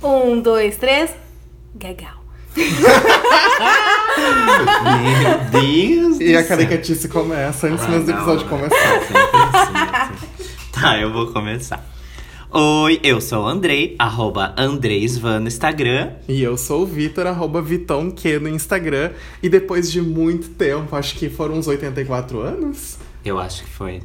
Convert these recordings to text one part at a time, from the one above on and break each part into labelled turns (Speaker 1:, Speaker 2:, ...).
Speaker 1: Um, dois, três. Gagal.
Speaker 2: Meu Deus
Speaker 3: E
Speaker 2: do
Speaker 3: a
Speaker 2: céu.
Speaker 3: caricatice começa antes
Speaker 2: Ah,
Speaker 3: mesmo do
Speaker 2: não,
Speaker 3: episódio
Speaker 2: né?
Speaker 3: começar.
Speaker 2: Sempre assim, né? Tá, eu vou começar. Oi, eu sou o Andrei, arroba Andreisvan no Instagram.
Speaker 3: E eu sou o Vitor, arroba Vitão Q no Instagram. E depois de muito tempo, acho que foram uns 84 anos.
Speaker 2: Eu acho que foi.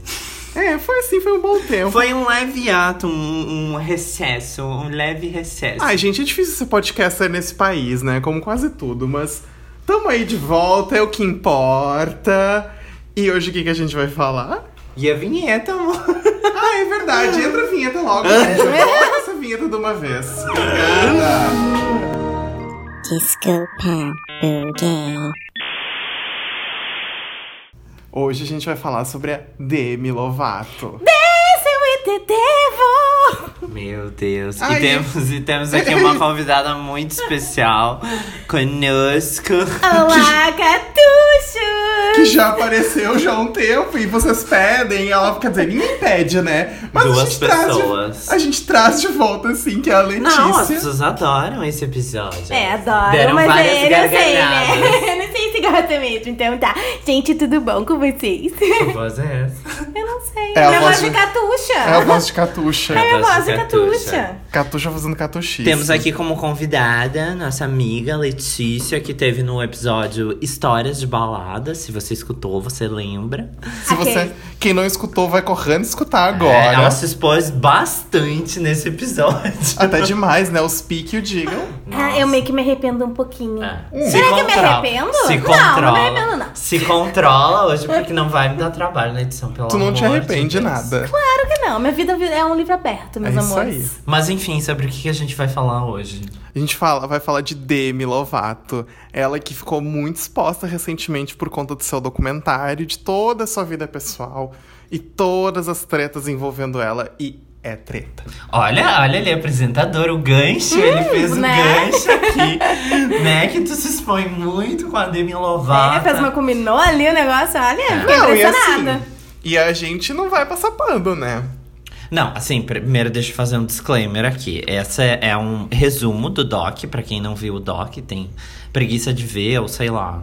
Speaker 3: É, foi assim, foi um bom tempo.
Speaker 2: Foi um leve ato, um, um recesso, um leve recesso.
Speaker 3: Ai, gente, é difícil ser podcaster nesse país, né? Como quase tudo, mas tamo aí de volta, é o que importa. E hoje o que, que a gente vai falar?
Speaker 2: E a vinheta, amor.
Speaker 3: Ah, é verdade, entra a vinheta logo, gente. Coloca essa vinheta de uma vez. Obrigada.
Speaker 4: Disco Pop Boudet.
Speaker 3: Hoje a gente vai falar sobre a Demi Lovato.
Speaker 1: Esse é o Devil!
Speaker 2: Meu Deus.
Speaker 3: Ai.
Speaker 2: E temos, e temos aqui uma convidada muito especial conosco.
Speaker 1: Olá,
Speaker 3: Que
Speaker 1: Catuxo!
Speaker 3: já apareceu já há um tempo e vocês pedem, ela, quer dizer, ninguém pede, né? Mas a
Speaker 2: Duas
Speaker 3: gente traz de-
Speaker 2: pessoas.
Speaker 3: a gente traz de volta, assim, que é a Letícia.
Speaker 2: Não, as pessoas adoram esse episódio.
Speaker 1: É, adoro,
Speaker 2: Deram
Speaker 1: mas
Speaker 2: várias
Speaker 1: é, eu sei,
Speaker 2: gargalhadas.
Speaker 1: né? Eu não sei se gosta mesmo, então tá. Gente, tudo bom com vocês?
Speaker 2: Que voz é essa?
Speaker 1: Eu não sei.
Speaker 3: É,
Speaker 1: eu gosto
Speaker 3: eu gosto-
Speaker 1: de Catuxa.
Speaker 3: É a voz de Catuxa.
Speaker 1: É a
Speaker 2: Eu gosto
Speaker 1: voz
Speaker 2: de
Speaker 1: de
Speaker 2: Catuxa.
Speaker 1: Catuxa.
Speaker 3: Catuxa fazendo catuxice.
Speaker 2: Temos aqui como convidada nossa amiga Letícia, que teve no episódio Histórias de Balada. Se você escutou, você lembra.
Speaker 3: Se você,
Speaker 1: Aquele.
Speaker 3: quem não escutou, vai correndo escutar
Speaker 2: É,
Speaker 3: agora.
Speaker 2: ela se expôs bastante nesse episódio.
Speaker 3: Até demais, né? Os pique o digam.
Speaker 1: Ah, eu meio que me arrependo um pouquinho.
Speaker 2: É.
Speaker 3: Hum.
Speaker 2: Se
Speaker 1: Será que eu me
Speaker 2: controla.
Speaker 1: arrependo?
Speaker 2: Se
Speaker 1: Não,
Speaker 2: controla.
Speaker 1: não me arrependo, não.
Speaker 2: Se controla hoje, porque não vai me dar trabalho na edição, pelo
Speaker 3: Tu não te
Speaker 2: amor de
Speaker 3: arrepende
Speaker 2: Deus.
Speaker 3: nada.
Speaker 1: Claro que não, minha vida é um livro aberto, meus
Speaker 3: É isso
Speaker 1: amores.
Speaker 3: aí.
Speaker 2: Mas enfim, sobre o que que a gente vai falar hoje?
Speaker 3: A gente fala, vai falar de Demi Lovato. Ela que ficou muito exposta recentemente por conta do seu documentário, de toda a sua vida pessoal e todas as tretas envolvendo ela. E é treta.
Speaker 2: Olha, olha ele, apresentador, o gancho, ele fez o
Speaker 1: né?
Speaker 2: gancho aqui, né? Que tu se expõe muito com a Demi Lovato.
Speaker 1: É, fez uma combinou ali o negócio, olha, fiquei
Speaker 3: É. e assim,
Speaker 1: impressionada.
Speaker 3: E a gente não vai passar pano, né?
Speaker 2: Não, assim, primeiro deixa eu fazer um disclaimer aqui. Essa é, é um resumo do doc, pra quem não viu o doc, tem preguiça de ver, ou sei lá.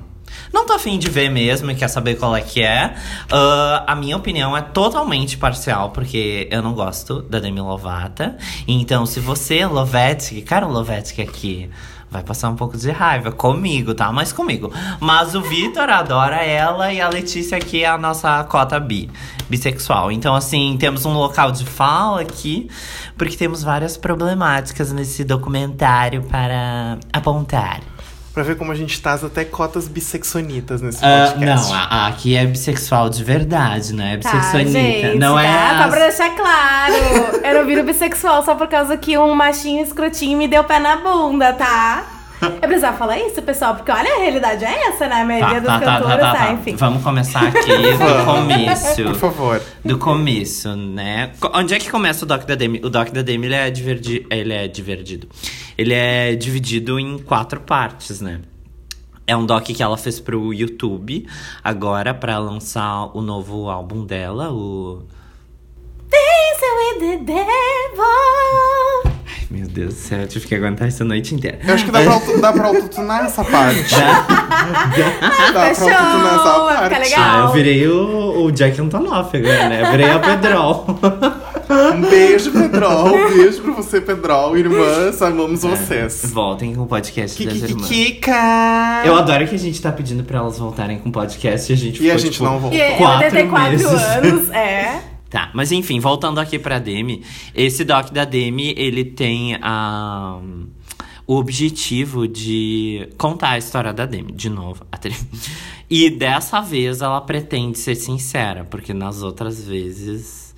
Speaker 2: Não tô afim de ver mesmo e quer saber qual é que é. Ah, a minha opinião é totalmente parcial, porque eu não gosto da Demi Lovato. Então, se você, Lovetsky, cara, o Lovetsky aqui vai passar um pouco de raiva comigo, tá? Mas comigo. Mas o Vitor adora ela e a Letícia aqui é a nossa cota bi, bissexual. Então, assim, temos um local de fala aqui, porque temos várias problemáticas nesse documentário para apontar.
Speaker 3: Pra ver como a gente traz até cotas bissexonitas nesse
Speaker 2: Ah,
Speaker 3: podcast.
Speaker 2: não, a, a aqui é bissexual de verdade, né? É
Speaker 1: Tá,
Speaker 2: bissexuanita.
Speaker 1: gente,
Speaker 2: não é.
Speaker 1: tá? Só
Speaker 2: as-
Speaker 1: pra deixar claro. Eu não viro bissexual só por causa que um machinho escrotinho me deu pé na bunda, tá? Eu precisava falar isso, pessoal, porque olha, a realidade é essa, né? A maioria dos cantores, tá, enfim.
Speaker 2: Vamos começar aqui do
Speaker 3: Por
Speaker 2: comício.
Speaker 3: favor.
Speaker 2: Do começo, né? Co- Onde é que começa o Doc da Demi? O Doc da Demi ele é, diverdi... ele é divertido. Ele é dividido em quatro partes, né? É um doc que ela fez pro YouTube agora pra lançar o novo álbum dela, o.
Speaker 1: Dance with the devil.
Speaker 2: Ai, meu Deus do céu, eu tive que aguentar isso a noite inteira.
Speaker 3: Eu acho que dá pra, auto- dá pra autotunar essa parte. dá pra
Speaker 1: Ah, Fechou,
Speaker 3: autotunar essa
Speaker 1: vai ficar
Speaker 3: parte.
Speaker 1: legal.
Speaker 2: Ah, eu virei o, o Jack Antonoff agora, né? Eu virei a Pedrol.
Speaker 3: Um beijo, Pedrol. Um beijo pra você, Pedrol. Irmãs, amamos vocês.
Speaker 2: Voltem com o podcast das irmãs.
Speaker 3: Kika!
Speaker 2: Eu adoro que a gente tá pedindo pra elas voltarem com o podcast e a gente
Speaker 3: E a
Speaker 2: ficou,
Speaker 3: gente
Speaker 2: tipo,
Speaker 3: não voltou.
Speaker 1: E eu
Speaker 2: Quatro
Speaker 1: tentei quatro
Speaker 2: meses.
Speaker 1: anos, é.
Speaker 2: Tá, mas enfim, voltando aqui pra Demi, esse doc da Demi, ele tem a, o objetivo de contar a história da Demi, de novo. a tri- E dessa vez ela pretende ser sincera, porque nas outras vezes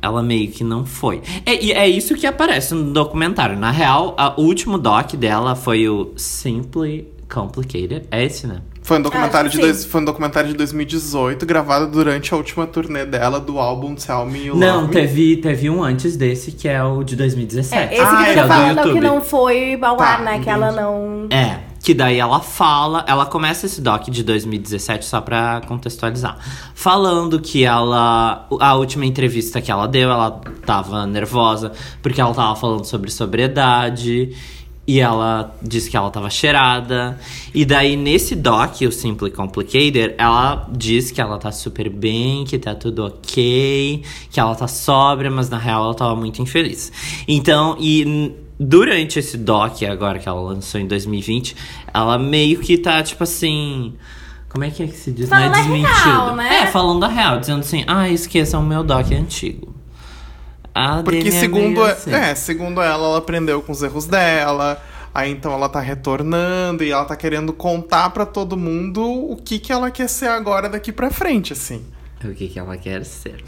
Speaker 2: ela meio que não foi. É, e é isso que aparece no documentário. Na real, a- o último doc dela foi o Simply Complicated. É esse, né?
Speaker 3: Foi um, documentário
Speaker 1: Acho
Speaker 3: de
Speaker 1: que
Speaker 3: dois, foi um documentário de 2018, gravado durante a última turnê dela do álbum Tell Me You
Speaker 2: Não,
Speaker 3: Love Me.
Speaker 2: teve, teve um antes desse, que é o de 2017.
Speaker 1: É, esse
Speaker 3: Ah,
Speaker 1: que
Speaker 3: é
Speaker 1: eu
Speaker 3: do
Speaker 1: tô falando é o que
Speaker 2: YouTube.
Speaker 1: não foi ao
Speaker 3: Tá,
Speaker 1: ar, né? Que ela
Speaker 3: entendi.
Speaker 1: não.
Speaker 2: É, Que daí ela fala, ela começa esse doc de 2017, só pra contextualizar. Falando que ela. A última entrevista que ela deu, ela tava nervosa, porque ela tava falando sobre sobriedade. E ela disse que ela tava cheirada. E daí, nesse doc, o Simply Complicated, ela diz que ela tá super bem, que tá tudo ok, que ela tá sóbria, mas na real ela tava muito infeliz. Então, e durante esse doc agora que ela lançou em 2020, ela meio que tá tipo assim. Como é que é que se diz?
Speaker 1: Falando
Speaker 2: não
Speaker 1: a
Speaker 2: é
Speaker 1: real,
Speaker 2: desmentido.
Speaker 1: né?
Speaker 2: É, falando a real, dizendo assim, ah, esqueçam o meu doc é antigo. A
Speaker 3: Porque
Speaker 2: Dani é
Speaker 3: segundo,
Speaker 2: meio
Speaker 3: é-
Speaker 2: assim.
Speaker 3: é, segundo ela, ela aprendeu com os erros dela. Aí então ela tá retornando e ela tá querendo contar pra todo mundo o que que ela quer ser agora daqui pra frente, assim.
Speaker 2: O que, que ela quer ser.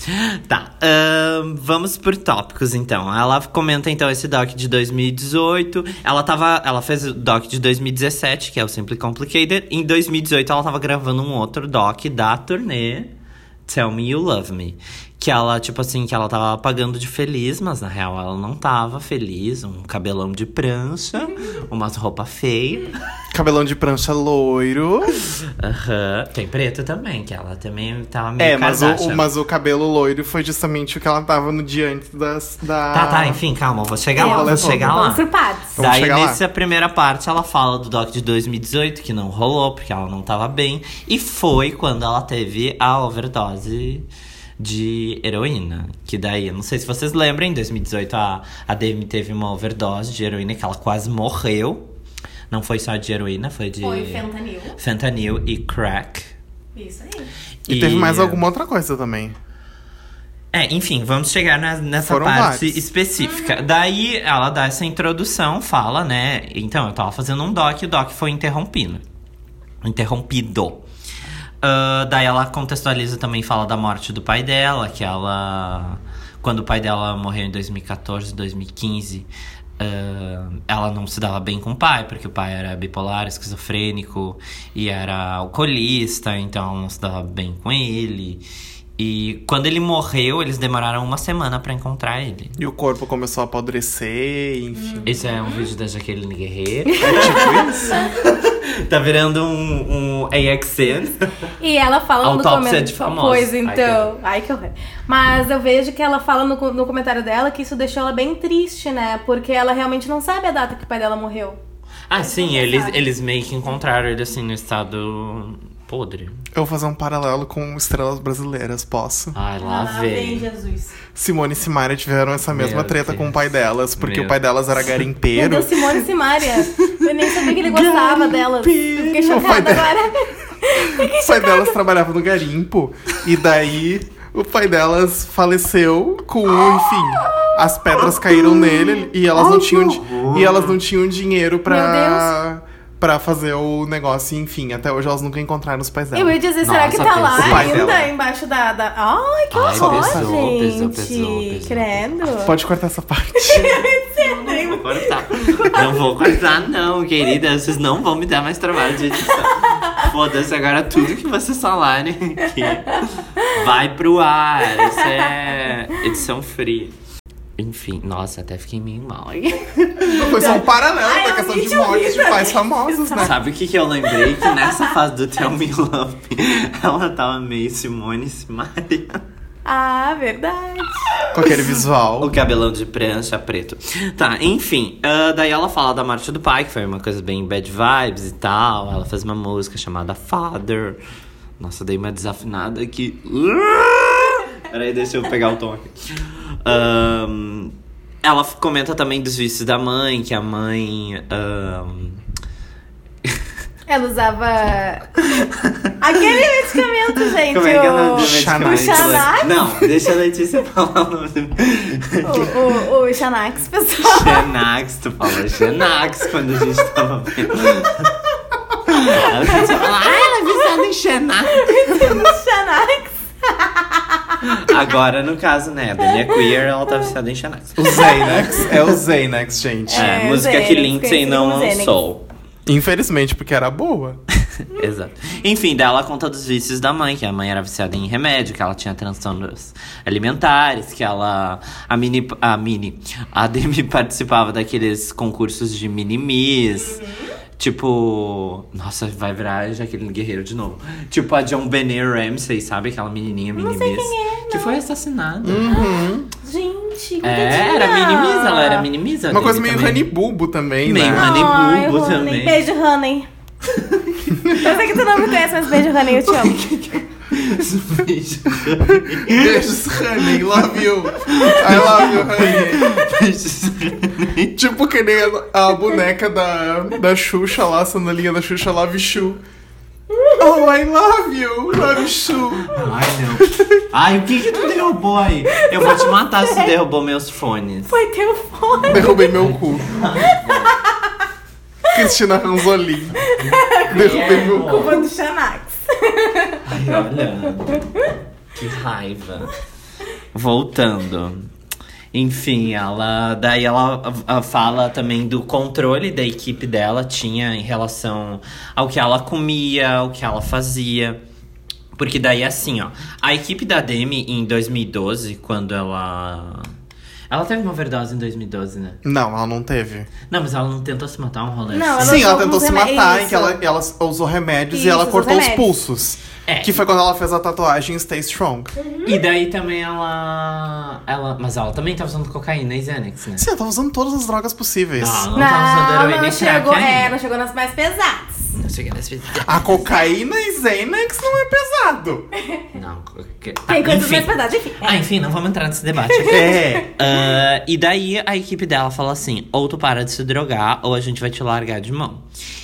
Speaker 2: Tá, ahn, vamos por tópicos então. Ela comenta então esse doc de 2018. Ela tava. Ela fez o doc de 2017, que é o Simply Complicated. Em 2018, ela tava gravando um outro doc da turnê. Tell Me You Love Me. Que ela, tipo assim, que ela tava pagando de feliz, mas na real ela não tava feliz. Um cabelão de prancha, umas roupas feias.
Speaker 3: Cabelão de prancha loiro.
Speaker 2: Aham. Tem preto também, que ela também tava meio
Speaker 3: É, mas o,
Speaker 2: Kardashian.
Speaker 3: o- mas o cabelo loiro foi justamente o que ela tava no dia antes das, da.
Speaker 2: Tá, tá, enfim, calma, eu vou
Speaker 1: É,
Speaker 2: chegar lá,
Speaker 1: eu
Speaker 2: vou
Speaker 3: vou-
Speaker 2: chegar lá.
Speaker 1: Vamos por partes.
Speaker 3: Vamos
Speaker 2: Daí,
Speaker 3: chegar lá.
Speaker 2: nessa primeira parte, ela fala do doc de 2018, que não rolou, porque ela não tava bem. E foi quando ela teve a overdose de heroína. Que daí, eu não sei se vocês lembram, em 2018 a, a Demi teve uma overdose de heroína, que ela quase morreu. Não foi só de heroína, foi de
Speaker 1: Foi fentanil.
Speaker 2: fentanil e crack.
Speaker 1: Isso aí.
Speaker 3: E teve mais alguma outra coisa também.
Speaker 2: É, enfim, vamos chegar na- nessa
Speaker 3: Foram
Speaker 2: parte
Speaker 3: vários.
Speaker 2: específica. Daí ela dá essa introdução, fala, né? Então, eu tava fazendo um doc e o doc foi interrompido. Interrompido. Ah, daí ela contextualiza também, fala da morte do pai dela, que ela. Quando o pai dela morreu em 2014, 2015, ah, ela não se dava bem com o pai, porque o pai era bipolar, esquizofrênico e era alcoolista, então ela não se dava bem com ele. E quando ele morreu, eles demoraram uma semana pra encontrar ele.
Speaker 3: E o corpo começou a apodrecer, enfim.
Speaker 2: Esse é um vídeo da Jaqueline Guerreiro. tá virando um, um AXN.
Speaker 1: E ela fala no
Speaker 2: Autópsia
Speaker 1: comentário.
Speaker 2: de famosos.
Speaker 1: Pois
Speaker 2: Ai,
Speaker 1: então. Ai, que horror. Mas eu vejo que ela fala no, co- no comentário dela que isso deixou ela bem triste, né? Porque ela realmente não sabe a data que o pai dela morreu.
Speaker 2: Ah, sim, eles, eles meio que encontraram ele assim no estado podre.
Speaker 3: Eu vou fazer um paralelo com estrelas brasileiras, posso?
Speaker 2: Ai,
Speaker 1: Ah,
Speaker 2: lá vem.
Speaker 1: Jesus.
Speaker 3: Simone e Simaria tiveram essa mesma
Speaker 2: Meu
Speaker 3: treta com o pai
Speaker 2: Deus.
Speaker 3: delas, porque
Speaker 2: Meu
Speaker 3: o pai delas era
Speaker 1: Meu
Speaker 3: garimpeiro.
Speaker 1: Deus, Simone e Simária. Eu nem sabia que ele gostava delas. Eu fiquei
Speaker 3: O pai
Speaker 1: chocada
Speaker 3: dela.
Speaker 1: agora.
Speaker 3: O pai delas trabalhava no garimpo. E daí o pai delas faleceu com, um, enfim, as pedras caíram nele e elas não tinham di- e elas não tinham dinheiro pra para fazer o negócio, enfim, até hoje elas nunca encontraram os pais
Speaker 1: Eu
Speaker 3: dela.
Speaker 1: ia dizer, será que
Speaker 2: Nossa,
Speaker 1: tá lá
Speaker 2: pesou.
Speaker 3: O pai
Speaker 1: ainda
Speaker 3: dela.
Speaker 1: embaixo da, da. Ai, que
Speaker 2: Ai,
Speaker 1: horror,
Speaker 2: pesou,
Speaker 1: gente.
Speaker 2: pesou, pesou, pesou.
Speaker 1: Credo.
Speaker 3: Pode cortar essa parte.
Speaker 2: Não vou cortar. Não vou cortar, não, querida. Vocês não vão me dar mais trabalho de edição. Foda-se agora tudo que vocês falarem aqui. Vai pro ar. Isso é edição free. Enfim, nossa, até fiquei meio mal.
Speaker 3: Foi só um paralelo
Speaker 1: Ai,
Speaker 3: da
Speaker 1: eu
Speaker 3: questão
Speaker 1: vi
Speaker 3: de
Speaker 1: de ouvir
Speaker 3: mortes de
Speaker 1: também.
Speaker 3: pais famosos, né?
Speaker 2: Sabe o que, que eu lembrei? Que nessa fase do Tell Me Love, ela tava meio Simone e Simaria.
Speaker 1: Ah, verdade.
Speaker 3: Com aquele visual.
Speaker 2: O cabelão de prancha preto. Tá, enfim. ah, daí ela fala da morte do pai, que foi uma coisa bem bad vibes e tal. Ela fez uma música chamada Father. Nossa, dei uma desafinada aqui. Ah! Peraí, deixa eu pegar o tom aqui. Ahn, ela f- comenta também dos vícios da mãe, que a mãe. ahn,
Speaker 1: Ela usava. Aquele medicamento, gente.
Speaker 2: Como é que é o nome do
Speaker 1: o-
Speaker 2: medicamento?
Speaker 1: Xanax?
Speaker 2: Não, deixa a Letícia falar o nome do.
Speaker 1: O, o, o Xanax, pessoal.
Speaker 2: Xanax, tu falou Xanax quando a gente tava vendo. Ela fala, ah, ela é viciada em Xanax.
Speaker 1: Xanax.
Speaker 2: Agora, no caso, né, a Dani é queer, ela tá viciada em Xanax.
Speaker 3: O Xanax é o Xanax, gente.
Speaker 2: É,
Speaker 1: É,
Speaker 2: música
Speaker 1: Xanax,
Speaker 2: que Lindsay
Speaker 1: conhecido
Speaker 2: não
Speaker 1: como Xanax.
Speaker 2: lançou.
Speaker 3: Infelizmente, porque era boa.
Speaker 2: Exato. Enfim, daí ela conta dos vícios da mãe, que a mãe era viciada em remédio, que ela tinha transtornos alimentares, que ela. A mini. A mini. A Demi participava daqueles concursos de mini-miss. Tipo. Nossa, vai virar Jaqueline Guerreiro de novo. Tipo a John Benet Ramsey, sabe? Aquela menininha minimis.
Speaker 1: quem é, Hum,
Speaker 2: que foi assassinada.
Speaker 1: Gente,
Speaker 2: É,
Speaker 1: coitadinha.
Speaker 2: era minimis, ela
Speaker 1: Ah.
Speaker 2: era é minimisa.
Speaker 3: Uma coisa meio Hanibubo também,
Speaker 2: Meio
Speaker 3: né?
Speaker 2: Honey
Speaker 1: Ai,
Speaker 2: Boo
Speaker 1: Honey.
Speaker 2: também.
Speaker 1: Beijo, Honey. eu sei que tu não me conhece, mas beijo, Honey, eu te amo.
Speaker 3: Beijos, honey, love you. I love you, honey. Tipo que nem a, a boneca da, da Xuxa lá, a sandalinha da Xuxa, love Xu. Oh, I love you, love Xu.
Speaker 2: Ai, não. Ai, o que que tu derrubou aí? Eu vou te matar se tu derrubou meus fones.
Speaker 1: Foi teu fone.
Speaker 3: Derrubei meu cu. Cristina Ranzolin. Derrubei meu cu.
Speaker 1: Culpa do Xanax.
Speaker 2: Ai, olha. Que raiva. Voltando. Enfim, ela. Daí ela ah, fala também do controle da equipe dela tinha em relação ao que ela comia, o que ela fazia. Porque daí, assim, ó, a equipe da Demi em 2012, quando ela. Ela teve uma overdose em 2012, né?
Speaker 3: Não, ela não teve.
Speaker 2: Não, mas ela não tentou se matar um rolê.
Speaker 1: Não,
Speaker 2: assim.
Speaker 1: Ela
Speaker 3: Sim, ela
Speaker 1: usou
Speaker 3: tentou
Speaker 1: uns
Speaker 3: se
Speaker 1: reme-
Speaker 3: matar, em
Speaker 1: isso.
Speaker 3: que ela, ela usou remédios
Speaker 1: Isso,
Speaker 3: e ela
Speaker 1: usou
Speaker 3: cortou os
Speaker 1: remédios.
Speaker 3: pulsos.
Speaker 2: É.
Speaker 3: Que foi quando ela fez a tatuagem Stay Strong.
Speaker 2: E daí também ela. ela. Mas ela também tava usando cocaína e Xanax, né?
Speaker 3: Sim, ela tava usando todas as drogas possíveis.
Speaker 2: Não, não, tava usando
Speaker 1: Não,
Speaker 2: heroína
Speaker 1: não
Speaker 2: e crack
Speaker 1: chegou, é,
Speaker 2: ainda.
Speaker 1: não chegou nas mais pesadas.
Speaker 2: Não cheguei nesse vídeo.
Speaker 3: A cocaína e Xanax não é pesado.
Speaker 2: Não, que-
Speaker 1: Tem
Speaker 2: ah,
Speaker 1: coisas
Speaker 2: enfim.
Speaker 1: mais pesadas, enfim.
Speaker 2: Ah, enfim, não vamos entrar nesse debate. é. Ah, e daí a equipe dela fala assim: ou tu para de se drogar, ou a gente vai te largar de mão.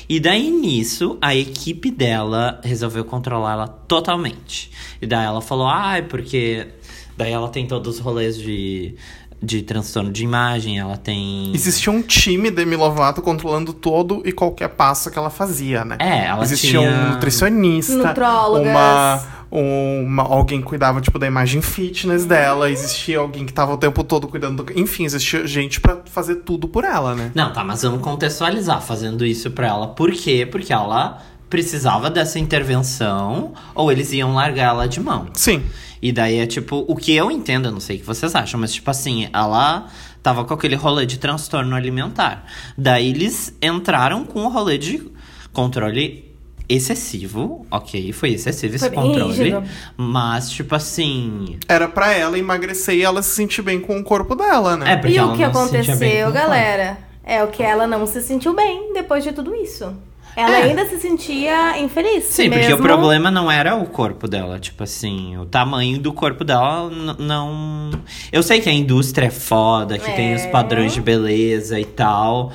Speaker 2: E daí nisso, a equipe dela resolveu controlar ela totalmente. E daí ela falou: ai, porque. Daí ela tem todos os rolês de, de transtorno de imagem, ela tem.
Speaker 3: Existia um time Demi Lovato controlando todo e qualquer passo que ela fazia, né?
Speaker 2: É, ela
Speaker 3: Existia
Speaker 2: tinha.
Speaker 3: um nutricionista,
Speaker 1: Nutrólogas.
Speaker 3: uma uma alguém que cuidava tipo da imagem fitness dela, existia alguém que tava o tempo todo cuidando, do... enfim, existia gente pra fazer tudo por ela, né?
Speaker 2: Não, tá, mas vamos contextualizar fazendo isso pra ela. Por quê? Porque ela precisava dessa intervenção ou eles iam largar ela de mão.
Speaker 3: Sim.
Speaker 2: E daí é tipo, o que eu entendo, eu não sei o que vocês acham, mas tipo assim, ela tava com aquele rolê de transtorno alimentar. Daí eles entraram com o rolê de controle excessivo, ok, foi excessivo esse
Speaker 1: Foi bem
Speaker 2: controle,
Speaker 1: rígido.
Speaker 2: mas tipo assim,
Speaker 3: Era pra ela emagrecer e ela se sentir bem com o corpo dela, né?
Speaker 2: É, porque
Speaker 1: e
Speaker 2: ela
Speaker 1: o que
Speaker 2: não se sentia bem com
Speaker 1: aconteceu,
Speaker 2: o corpo.
Speaker 1: galera? É o que ela não se sentiu bem depois de tudo isso. Ela
Speaker 2: É.
Speaker 1: ainda se sentia infeliz.
Speaker 2: Sim, porque
Speaker 1: mesmo-
Speaker 2: o problema não era o corpo dela, tipo assim, o tamanho do corpo dela n- não. Eu sei que a indústria é foda, que tem os
Speaker 1: É.
Speaker 2: padrões de beleza e tal.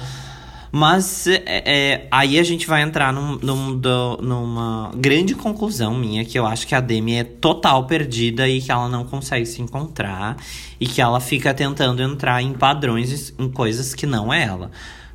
Speaker 2: Mas é, é, aí a gente vai entrar num- num- do- numa grande conclusão minha, que eu acho que a Demi é total perdida e que ela não consegue se encontrar. E que ela fica tentando entrar em padrões, em coisas que não é ela.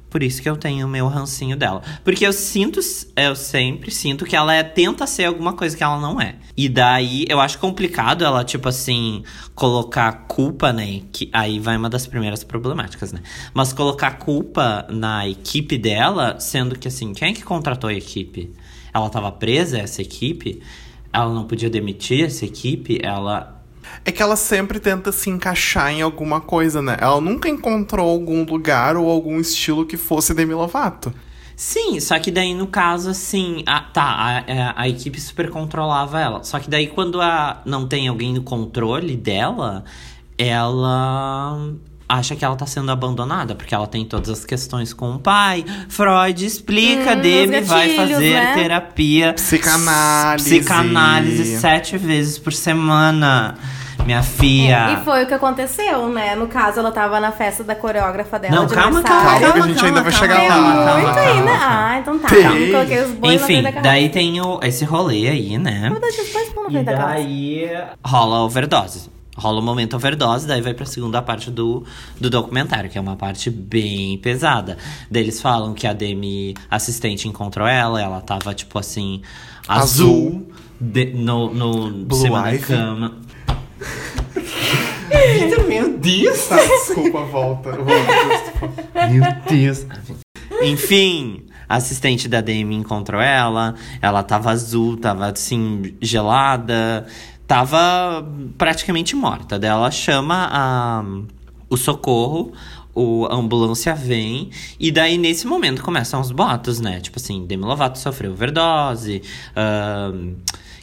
Speaker 2: Por isso que eu tenho o meu rancinho dela. Porque eu sinto, eu sempre sinto que ela é- tenta ser alguma coisa que ela não é. E daí eu acho complicado ela, tipo assim, colocar culpa, né? Que aí vai uma das primeiras problemáticas, né? Mas colocar culpa na equipe dela, sendo que assim, quem é que contratou a equipe? Ela tava presa, essa equipe? Ela não podia demitir essa equipe? Ela.
Speaker 3: É que ela sempre tenta se encaixar em alguma coisa, né? Ela nunca encontrou algum lugar ou algum estilo que fosse Demi Lovato.
Speaker 2: Sim, só que daí no caso, assim, a, tá, a, a, a equipe super controlava ela. Só que daí quando a, não tem alguém no controle dela, ela acha que ela tá sendo abandonada, porque ela tem todas as questões com o pai. Freud explica,
Speaker 1: Hum,
Speaker 2: Demi
Speaker 1: os
Speaker 2: vai
Speaker 1: gatilhos,
Speaker 2: fazer
Speaker 1: né?
Speaker 2: terapia.
Speaker 3: Psicanálise.
Speaker 2: Psicanálise sete vezes por semana, minha
Speaker 1: É,
Speaker 2: filha.
Speaker 1: E foi o que aconteceu, né? No caso, ela tava na festa da coreógrafa dela.
Speaker 2: Não,
Speaker 1: de
Speaker 2: calma, calma,
Speaker 1: aniversário.
Speaker 2: calma.
Speaker 3: Calma que a gente ainda vai chegar
Speaker 1: Tem
Speaker 3: lá,
Speaker 1: muito
Speaker 3: calma, calma,
Speaker 1: ainda.
Speaker 2: calma.
Speaker 1: Ah, então tá.
Speaker 3: Tem.
Speaker 1: Eu Coloquei os bois
Speaker 2: Enfim,
Speaker 1: na frente da carroça.
Speaker 2: daí tem o, esse rolê aí, né?
Speaker 1: Na verdade, os bois vão na
Speaker 2: E
Speaker 1: frente da carroça.
Speaker 2: daí rola a overdose. Rola o momento overdose, daí vai pra segunda parte do, do documentário, que é uma parte bem pesada. Daí eles falam que a Demi assistente encontrou ela, ela tava, tipo assim, azul,
Speaker 3: Azul.
Speaker 2: de- no, no
Speaker 3: Blue
Speaker 2: cima da
Speaker 3: Ivy.
Speaker 2: cama. Vitor, meu Deus!
Speaker 3: Tá, desculpa, volta. volta.
Speaker 2: Meu Deus. Enfim, a assistente da DM encontrou ela. Ela tava azul, tava assim, gelada. Tava praticamente morta. Daí ela chama a- o socorro. o a ambulância vem e daí nesse momento começam os boatos, né? Tipo assim, Demi Lovato sofreu overdose. ahn,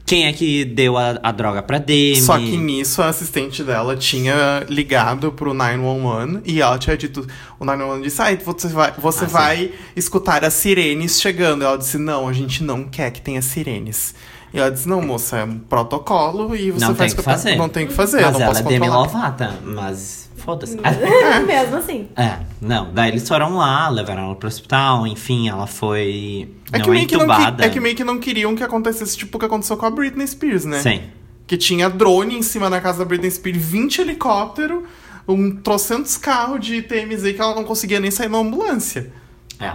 Speaker 2: quem é que deu a, a droga pra Demi?
Speaker 3: Só que nisso a assistente dela tinha ligado pro 911 e ela tinha dito. O 911 disse: ah, você vai, você
Speaker 2: Ah, sim.
Speaker 3: vai escutar as sirenes chegando. Ela disse: Não, a gente não quer que tenha sirenes. E ela disse: Não, moça, é um protocolo e você
Speaker 2: Não tem
Speaker 3: vai
Speaker 2: o que
Speaker 3: escutar.
Speaker 2: fazer.
Speaker 3: Não tem o que fazer,
Speaker 2: mas
Speaker 3: não
Speaker 2: ela
Speaker 3: posso
Speaker 2: é Demi
Speaker 3: controlar.
Speaker 2: Lovato, mas foda-se.
Speaker 1: Mesmo assim.
Speaker 2: É, não. Daí eles foram lá, levaram ela pro hospital, enfim, ela foi.
Speaker 3: É
Speaker 2: não
Speaker 3: que,
Speaker 2: é
Speaker 3: meio que não,
Speaker 2: entubada.
Speaker 3: que- é que meio que não queriam que acontecesse tipo o que aconteceu com a Britney Spears, né?
Speaker 2: Sim.
Speaker 3: Que tinha drone em cima da casa da Britney Spears, 20 helicópteros, um trocentos carros de TMZ que ela não conseguia nem sair na ambulância.
Speaker 2: É.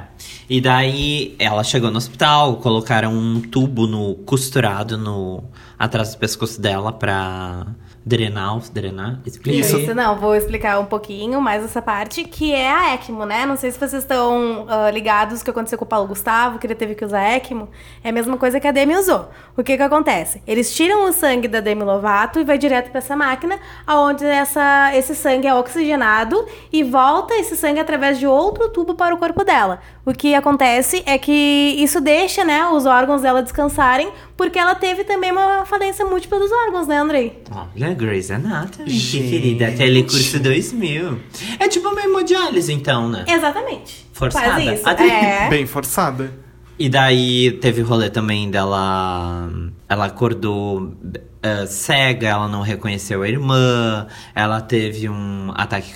Speaker 2: E daí ela chegou no hospital, colocaram um tubo no costurado no atrás do pescoço dela pra drenar, os- drenar, explica
Speaker 3: Isso.
Speaker 2: aí.
Speaker 1: Não, vou explicar um pouquinho mais essa parte, que é a ECMO, né? Não sei se vocês estão ah, ligados o que aconteceu com o Paulo Gustavo, que ele teve que usar ECMO. É a mesma coisa que a Demi usou. O que que acontece? Eles tiram o sangue da Demi Lovato e vai direto pra essa máquina, onde essa, esse sangue é oxigenado e volta esse sangue através de outro tubo para o corpo dela. O que acontece é que isso deixa, né, os órgãos dela descansarem, porque ela teve também uma falência múltipla dos órgãos, né, Andrei?
Speaker 2: Olha, é Grey's Anatomy, que
Speaker 3: Gente.
Speaker 2: querida, telecurso 2000. É tipo uma hemodiálise, então, né?
Speaker 1: Exatamente.
Speaker 2: Forçada.
Speaker 1: Quase isso.
Speaker 2: Adri-
Speaker 1: É.
Speaker 3: Bem forçada.
Speaker 2: E daí teve o rolê também dela. Ela acordou eh, cega, ela não reconheceu a irmã, ela teve um ataque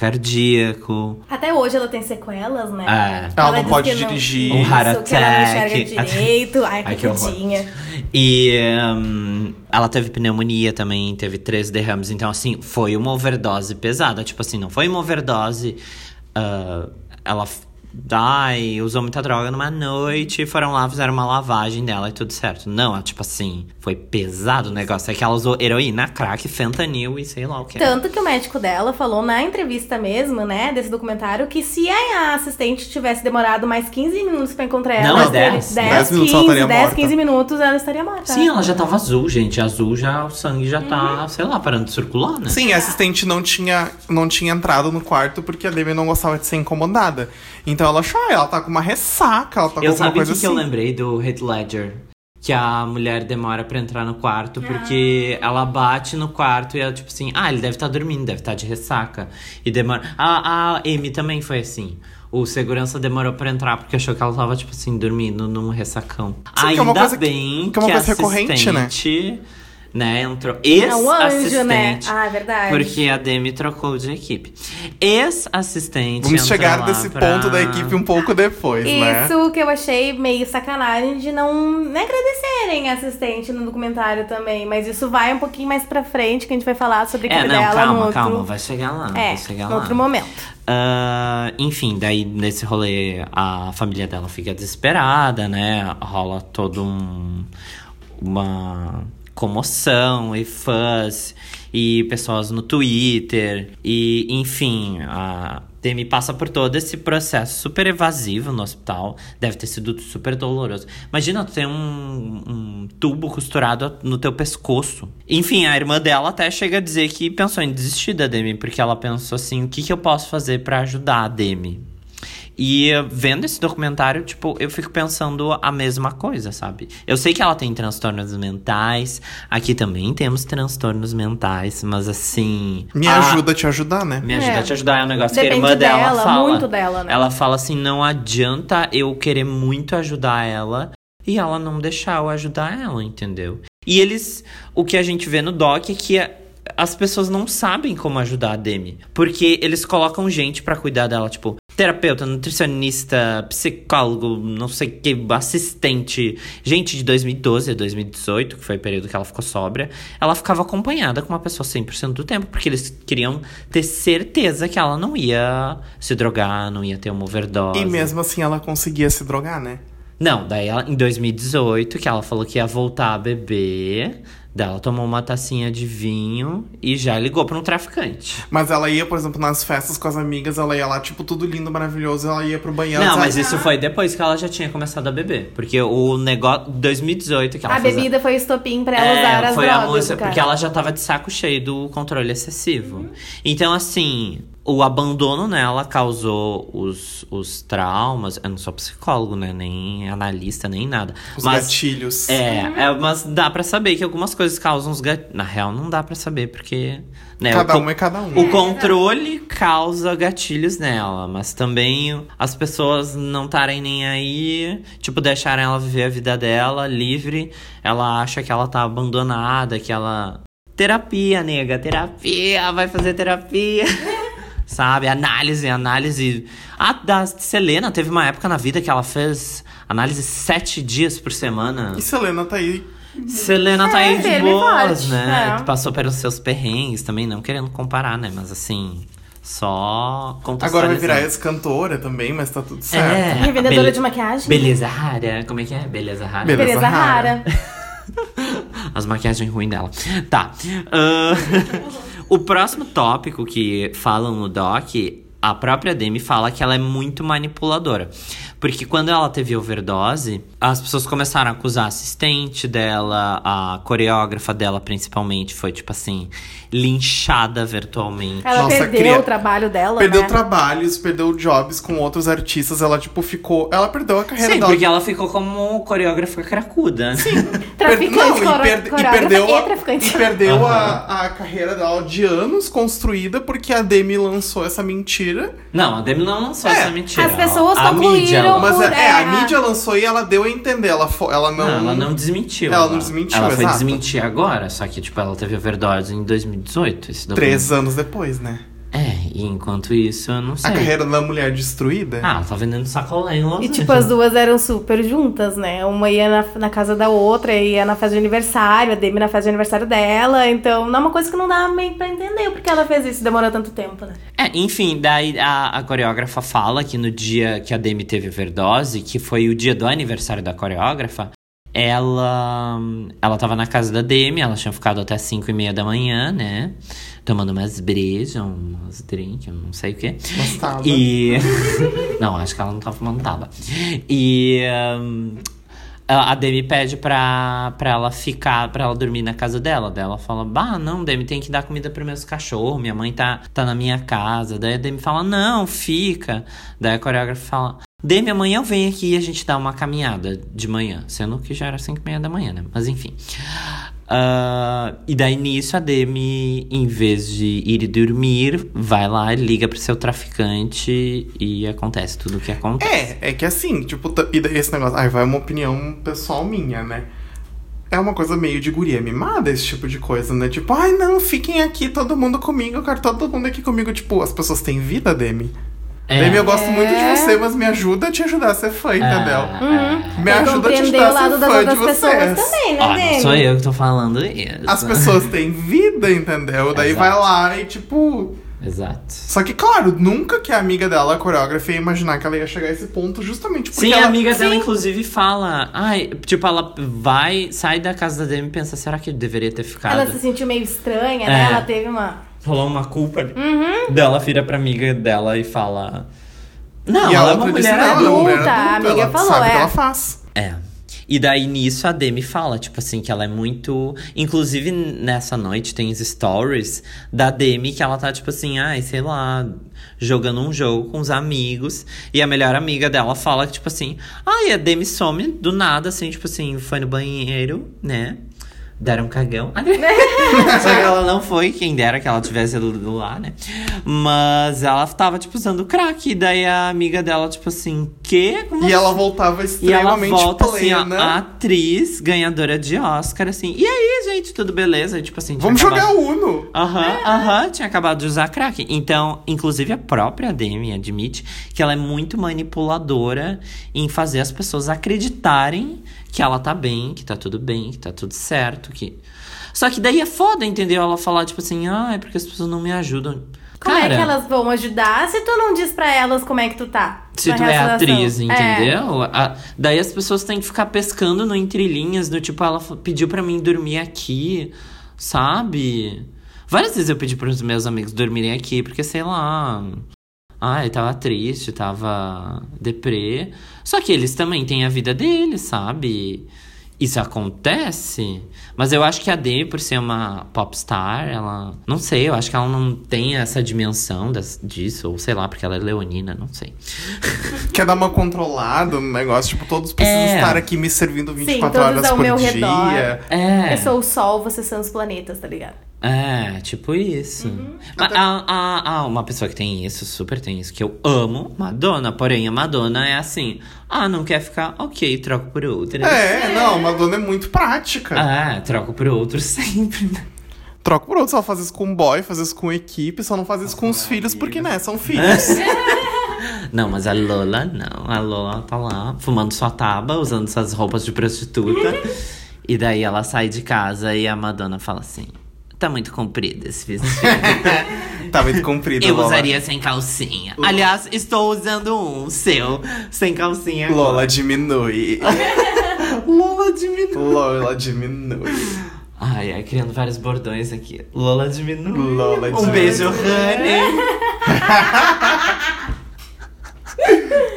Speaker 2: cardíaco.
Speaker 1: Até hoje ela tem sequelas, né?
Speaker 2: É.
Speaker 3: Ela não
Speaker 1: diz
Speaker 3: pode
Speaker 1: que
Speaker 3: dirigir.
Speaker 2: Um heart
Speaker 1: Isso, que ela não
Speaker 2: attack.
Speaker 1: enxerga direito. Ai,
Speaker 2: Ai, que horror.
Speaker 1: coitadinha.
Speaker 2: E hum, ela teve pneumonia também, teve três derrames. Então, assim, foi uma overdose pesada. Tipo assim, não foi uma overdose. ah, ela f- ai, usou muita droga numa noite, foram lá, fizeram uma lavagem dela e tudo certo. Não, é tipo assim, foi pesado o negócio. É que ela usou heroína, crack, fentanil e sei lá o que. é.
Speaker 1: Tanto que o médico dela falou na entrevista mesmo, né, desse documentário, que se a assistente tivesse demorado mais 15 minutos pra encontrar ela,
Speaker 2: Não, é
Speaker 1: ela teria-
Speaker 2: 10.
Speaker 3: 10 minutos ela
Speaker 1: 15,
Speaker 3: estaria
Speaker 1: 10,
Speaker 3: morta.
Speaker 1: 15 minutos ela estaria morta.
Speaker 2: Sim, ela já tava azul, gente. Azul já, o sangue já tá, sei lá, parando de circular, né?
Speaker 1: Tá.
Speaker 3: Sim, a assistente não tinha, não tinha entrado no quarto porque a Demi não gostava de ser incomodada. Então ela achou, ah, ela tá com uma ressaca, ela tá com
Speaker 2: Eu
Speaker 3: alguma
Speaker 2: sabe o que,
Speaker 3: coisa
Speaker 2: que eu
Speaker 3: assim.
Speaker 2: lembrei do Heath Ledger? Que a mulher demora pra entrar no quarto
Speaker 1: Ah.
Speaker 2: porque ela bate no quarto e ela, tipo assim, ah, ele deve estar dormindo, deve estar de ressaca. E demora. A, a Amy também foi assim. O segurança demorou pra entrar porque achou que ela tava, tipo assim, dormindo num ressacão.
Speaker 3: Sim, que é
Speaker 2: Ainda
Speaker 3: uma coisa que-
Speaker 2: bem
Speaker 3: que é uma
Speaker 2: a
Speaker 3: coisa recorrente, né?
Speaker 2: assistente, né? Entrou.
Speaker 1: É um anjo, né?
Speaker 2: Ex-assistente.
Speaker 1: Ah, é verdade.
Speaker 2: Porque a Demi trocou de equipe. Ex-assistente.
Speaker 3: Vamos
Speaker 2: entra
Speaker 3: chegar
Speaker 2: lá
Speaker 3: nesse
Speaker 2: pra-
Speaker 3: ponto da equipe um pouco depois, né?
Speaker 1: Isso que eu achei meio sacanagem de não né, agradecerem a assistente no documentário também. Mas isso vai um pouquinho mais pra frente, que a gente vai falar sobre a
Speaker 2: É,
Speaker 1: equipe
Speaker 2: não,
Speaker 1: dela no
Speaker 2: calma,
Speaker 1: outro...
Speaker 2: calma, vai chegar lá. vai
Speaker 1: É,
Speaker 2: chegar
Speaker 1: no
Speaker 2: lá.
Speaker 1: outro momento.
Speaker 2: Ah, enfim, daí nesse rolê a família dela fica desesperada, né? Rola todo um. uma comoção e fãs e pessoas no Twitter e enfim, a Demi passa por todo esse processo super evasivo no hospital, deve ter sido super doloroso. Imagina tu ter um, um tubo costurado no teu pescoço. Enfim, a irmã dela até chega a dizer que pensou em desistir da Demi, porque ela pensou assim: o que, que eu posso fazer pra ajudar a Demi? E eh, vendo esse documentário, tipo, eu fico pensando a mesma coisa, sabe? Eu sei que ela tem transtornos mentais, aqui também temos transtornos mentais, mas assim.
Speaker 3: Me
Speaker 2: a-
Speaker 3: ajuda a te ajudar, né?
Speaker 2: me ajuda
Speaker 1: É.
Speaker 2: a te ajudar é um negócio que a
Speaker 1: Depende
Speaker 2: irmã dela,
Speaker 1: dela,
Speaker 2: fala.
Speaker 1: muito dela, né?
Speaker 2: Ela fala assim: não adianta eu querer muito ajudar ela e ela não deixar eu ajudar ela, entendeu? E eles. O que a gente vê no Doc é que a- as pessoas não sabem como ajudar a Demi. Porque eles colocam gente pra cuidar dela, tipo. Terapeuta, nutricionista, psicólogo, não sei o que, assistente. Gente de 2012 a 2018, que foi o período que ela ficou sóbria, ela ficava acompanhada com uma pessoa 100% do tempo, porque eles queriam ter certeza que ela não ia se drogar, não ia ter uma overdose.
Speaker 3: E mesmo assim ela conseguia se drogar, né?
Speaker 2: Não, daí ela, em 2018, que ela falou que ia voltar a beber, daí ela tomou uma tacinha de vinho e já ligou pra um traficante.
Speaker 3: Mas ela ia, por exemplo, nas festas com as amigas, ela ia lá, tipo, tudo lindo, maravilhoso, ela ia pro banheiro.
Speaker 2: Não,
Speaker 3: sabe?
Speaker 2: mas isso foi depois que ela já tinha começado a beber. Porque o negócio. 2018 que ela
Speaker 1: A
Speaker 2: fez
Speaker 1: bebida foi o estopim pra ela usar
Speaker 2: É,
Speaker 1: as
Speaker 2: foi
Speaker 1: drogas.
Speaker 2: a música,
Speaker 1: cara. Uhum.
Speaker 2: porque ela já tava de saco cheio do controle excessivo. Então, assim, o abandono nela causou os, os traumas. Eu não sou psicólogo, né? Nem analista, nem nada.
Speaker 3: Os
Speaker 2: mas
Speaker 3: gatilhos.
Speaker 2: é, é, mas dá pra saber que algumas coisas causam os gatilhos. Na real, não dá pra saber, porque. Né, o
Speaker 3: Cada
Speaker 2: co-
Speaker 3: um é cada um.
Speaker 2: o controle causa gatilhos nela, mas também as pessoas não estarem nem aí, tipo, deixarem ela viver a vida dela livre. Ela acha que ela tá abandonada, que ela. Terapia, nega, terapia, vai fazer terapia. Sabe? Análise, análise. A da Selena teve uma época na vida que ela fez análise sete dias por semana.
Speaker 3: E Selena tá aí.
Speaker 2: Selena tá
Speaker 1: É,
Speaker 2: aí de
Speaker 1: firme e
Speaker 2: boas,
Speaker 1: forte,
Speaker 2: né?
Speaker 1: é.
Speaker 2: Passou pelos seus perrengues também, não querendo comparar, né? Mas assim, só
Speaker 3: Agora vai virar
Speaker 2: contextualizando.
Speaker 3: ex-cantora também, mas tá tudo certo.
Speaker 2: né? é,
Speaker 1: E vendedora
Speaker 2: bele-
Speaker 1: de maquiagem.
Speaker 2: Beleza rara, como é que é? Beleza rara.
Speaker 3: Beleza
Speaker 1: Beleza
Speaker 3: rara.
Speaker 1: rara.
Speaker 2: As maquiagens ruins dela. Tá. Ahn, o próximo tópico que falam no doc, a própria Demi fala que ela é muito manipuladora. Porque quando ela teve overdose, as pessoas começaram a acusar a assistente dela, a coreógrafa dela principalmente, foi tipo assim, linchada virtualmente.
Speaker 1: Ela
Speaker 3: Nossa,
Speaker 1: perdeu
Speaker 3: cria-
Speaker 1: o trabalho dela,
Speaker 3: Perdeu
Speaker 1: né?
Speaker 3: trabalhos, perdeu jobs com outros artistas. Ela, tipo, ficou. Ela perdeu a carreira
Speaker 2: Sim,
Speaker 3: dela.
Speaker 2: porque ela ficou como coreógrafa cracuda. Sim.
Speaker 1: Traficante,
Speaker 3: Não,
Speaker 1: coro-
Speaker 3: e, perde- e
Speaker 1: coreógrafa
Speaker 3: perdeu,
Speaker 1: e
Speaker 3: a,
Speaker 1: traficante.
Speaker 3: e perdeu
Speaker 2: Aham.
Speaker 3: a, a carreira dela de anos construída porque a Demi lançou essa mentira.
Speaker 2: Não, a Demi não lançou
Speaker 3: É.
Speaker 2: essa mentira.
Speaker 1: As pessoas
Speaker 2: a
Speaker 1: concluíram-
Speaker 2: mídia lançou.
Speaker 3: Mas é, é, a
Speaker 1: é.
Speaker 3: mídia lançou e ela deu a entender. Ela, fo- ela não.
Speaker 2: Não, ela não desmentiu.
Speaker 3: Ela não desmentiu,
Speaker 2: Ela foi
Speaker 3: exato.
Speaker 2: desmentir agora, só que, tipo, ela teve overdose em 2018. Esse documento.
Speaker 3: Três anos depois, né?
Speaker 2: É, e enquanto isso, eu não sei.
Speaker 3: A carreira da mulher destruída.
Speaker 2: Ah, ela tá vendendo sacolé em Los
Speaker 1: E tipo,
Speaker 2: Angeles.
Speaker 1: as duas eram super juntas, né? Uma ia na, na casa da outra, ia na festa de aniversário, a Demi na festa de aniversário dela. Então, não é uma coisa que não dá meio pra entender porque ela fez isso, demorou tanto tempo, né?
Speaker 2: É, enfim, daí a, a coreógrafa fala que no dia que a Demi teve overdose, que foi o dia do aniversário da coreógrafa, ela, ela tava na casa da Demi, ela tinha ficado até 5 e meia da manhã, né? Tomando umas brejas, umas drinks, não sei o quê.
Speaker 3: Mas tava.
Speaker 2: E. não, acho que ela não tá fumando taba. E. hum, a a Demi pede pra, pra ela ficar, pra ela dormir na casa dela. Daí ela fala: Bah, não, Demi, tem que dar comida pros meus cachorros. Minha mãe tá, tá na minha casa. Daí a Demi fala: Não, fica. Daí a coreógrafa fala: Demi, amanhã eu venho aqui e a gente dá uma caminhada de manhã. Sendo que já era 5 e meia da manhã, né? Mas enfim. Ah, e daí nisso a Demi, em vez de ir dormir, vai lá, liga pro seu traficante e acontece tudo o que acontece.
Speaker 3: É, é que assim, tipo, t- e daí esse negócio. Ai, vai uma opinião pessoal minha, né? É uma coisa meio de guria mimada, esse tipo de coisa, né? Tipo, ai não, fiquem aqui todo mundo comigo, eu quero todo mundo aqui comigo. Tipo, as pessoas têm vida, Demi.
Speaker 2: É.
Speaker 3: Demi, eu gosto muito de
Speaker 1: É.
Speaker 3: você, mas me ajuda a te ajudar a ser fã, entendeu?
Speaker 2: Ah,
Speaker 3: Me
Speaker 1: Tem que
Speaker 3: ajuda a te
Speaker 1: compreender
Speaker 3: ajudar
Speaker 1: o
Speaker 3: a ser
Speaker 1: lado das
Speaker 3: fã de
Speaker 1: outras pessoas
Speaker 3: vocês.
Speaker 1: também, né,
Speaker 2: Ó, Ah, não
Speaker 1: Uhum. Demi?
Speaker 2: sou eu que tô falando isso.
Speaker 3: As pessoas têm vida, entendeu? Daí
Speaker 2: tá. Exato.
Speaker 3: vai lá e tipo.
Speaker 2: Exato.
Speaker 3: Só que, claro, nunca que a amiga dela, a coreógrafa, ia imaginar que ela ia chegar a esse ponto justamente porque
Speaker 2: Sim,
Speaker 3: ela.
Speaker 2: a amiga dela, inclusive, fala. Ai, tipo, ela vai, sai da casa da Demi e pensa, será que eu deveria ter ficado?
Speaker 1: Ela se sentiu meio estranha,
Speaker 2: É.
Speaker 1: né? Ela teve uma.
Speaker 2: Rolou uma culpa dela, vira pra amiga dela e fala. Não,
Speaker 3: e
Speaker 2: ela,
Speaker 3: ela
Speaker 2: é uma
Speaker 3: disse,
Speaker 2: mulher
Speaker 3: não, ela é uma mulher
Speaker 1: adulta, a
Speaker 3: adulta,
Speaker 1: amiga
Speaker 3: ela
Speaker 1: falou,
Speaker 3: sabe o que
Speaker 1: é.
Speaker 3: ela faz.
Speaker 2: É. E daí nisso a Demi fala, tipo assim, que ela é muito. Inclusive nessa noite tem os stories da Demi que ela tá, tipo assim, ai, sei lá, jogando um jogo com os amigos. E a melhor amiga dela fala que, tipo assim, ai, a Demi some do nada, assim, tipo assim, foi no banheiro, né? Deram um cagão. Só que ela não foi, quem dera que ela tivesse ido lá, né? Mas ela tava, tipo, usando crack. E daí a amiga dela, tipo assim, que? Como
Speaker 3: E ela voltava
Speaker 2: e ela
Speaker 3: extremamente
Speaker 2: volta assim, ó,
Speaker 3: plena.
Speaker 2: atriz, ganhadora de Oscar, assim. E aí, gente, tudo beleza? E, tipo assim, tinha
Speaker 3: Vamos
Speaker 2: acabado-
Speaker 3: jogar um. É. Uno!
Speaker 2: Aham, aham, tinha acabado de usar crack. Então, inclusive a própria Demi admite que ela é muito manipuladora em fazer as pessoas acreditarem que ela tá bem, que tá tudo bem, que tá tudo certo, que Só que daí é foda, entendeu? Ela falar tipo assim: "Ah, é porque as pessoas não me ajudam".
Speaker 1: Como
Speaker 2: Cara,
Speaker 1: é que elas vão ajudar se tu não diz pra elas como é que tu tá?
Speaker 2: se
Speaker 1: na
Speaker 2: tu é
Speaker 1: relação?
Speaker 2: atriz,
Speaker 1: É.
Speaker 2: entendeu? A- daí as pessoas têm que ficar pescando no entrelinhas, do tipo, ela fa- pediu pra mim dormir aqui, sabe? Várias vezes eu pedi pros meus amigos dormirem aqui, porque sei lá. Ai, tava triste, tava deprê. Só que eles também têm a vida deles, sabe? Isso acontece, mas eu acho que a Demi, por ser uma popstar, ela. Não sei, eu acho que ela não tem essa dimensão das, disso, ou sei lá, porque ela é leonina, não sei.
Speaker 3: Quer dar uma controlada no negócio? Tipo, todos precisam
Speaker 2: É.
Speaker 3: estar aqui me servindo 24
Speaker 1: todos
Speaker 3: horas
Speaker 1: ao
Speaker 3: por
Speaker 1: meu
Speaker 3: dia.
Speaker 1: redor.
Speaker 2: É.
Speaker 1: Eu sou o sol, vocês são os planetas, tá ligado?
Speaker 2: É, tipo isso.
Speaker 1: Uhum.
Speaker 2: Mas a- a- a- uma pessoa que tem isso, super tem isso, que eu amo, Madonna. Porém, a Madonna é assim: ah, não quer ficar? Ok, troco por outra.
Speaker 3: É, não, Madonna é muito prática.
Speaker 2: Ah, troco por outro sempre. né?
Speaker 3: Troca por outro, só faz isso com um boy, faz isso com equipe, só não faz isso com os filhos, porque, né, são filhos.
Speaker 2: Não, mas a Lola não. A Lola tá lá fumando sua taba, usando suas roupas de prostituta. e daí ela sai de casa e a Madonna fala assim: tá muito comprido esse vestido.
Speaker 3: tá muito comprido,
Speaker 2: Eu
Speaker 3: Lola.
Speaker 2: usaria sem calcinha. Aliás, estou usando um seu sem calcinha. agora.
Speaker 3: Lola diminui.
Speaker 2: Lola diminui.
Speaker 3: Lola diminui.
Speaker 2: Ai, ai, criando vários bordões aqui. Lola diminui.
Speaker 3: Lola
Speaker 2: Um
Speaker 3: diminui.
Speaker 2: beijo, honey.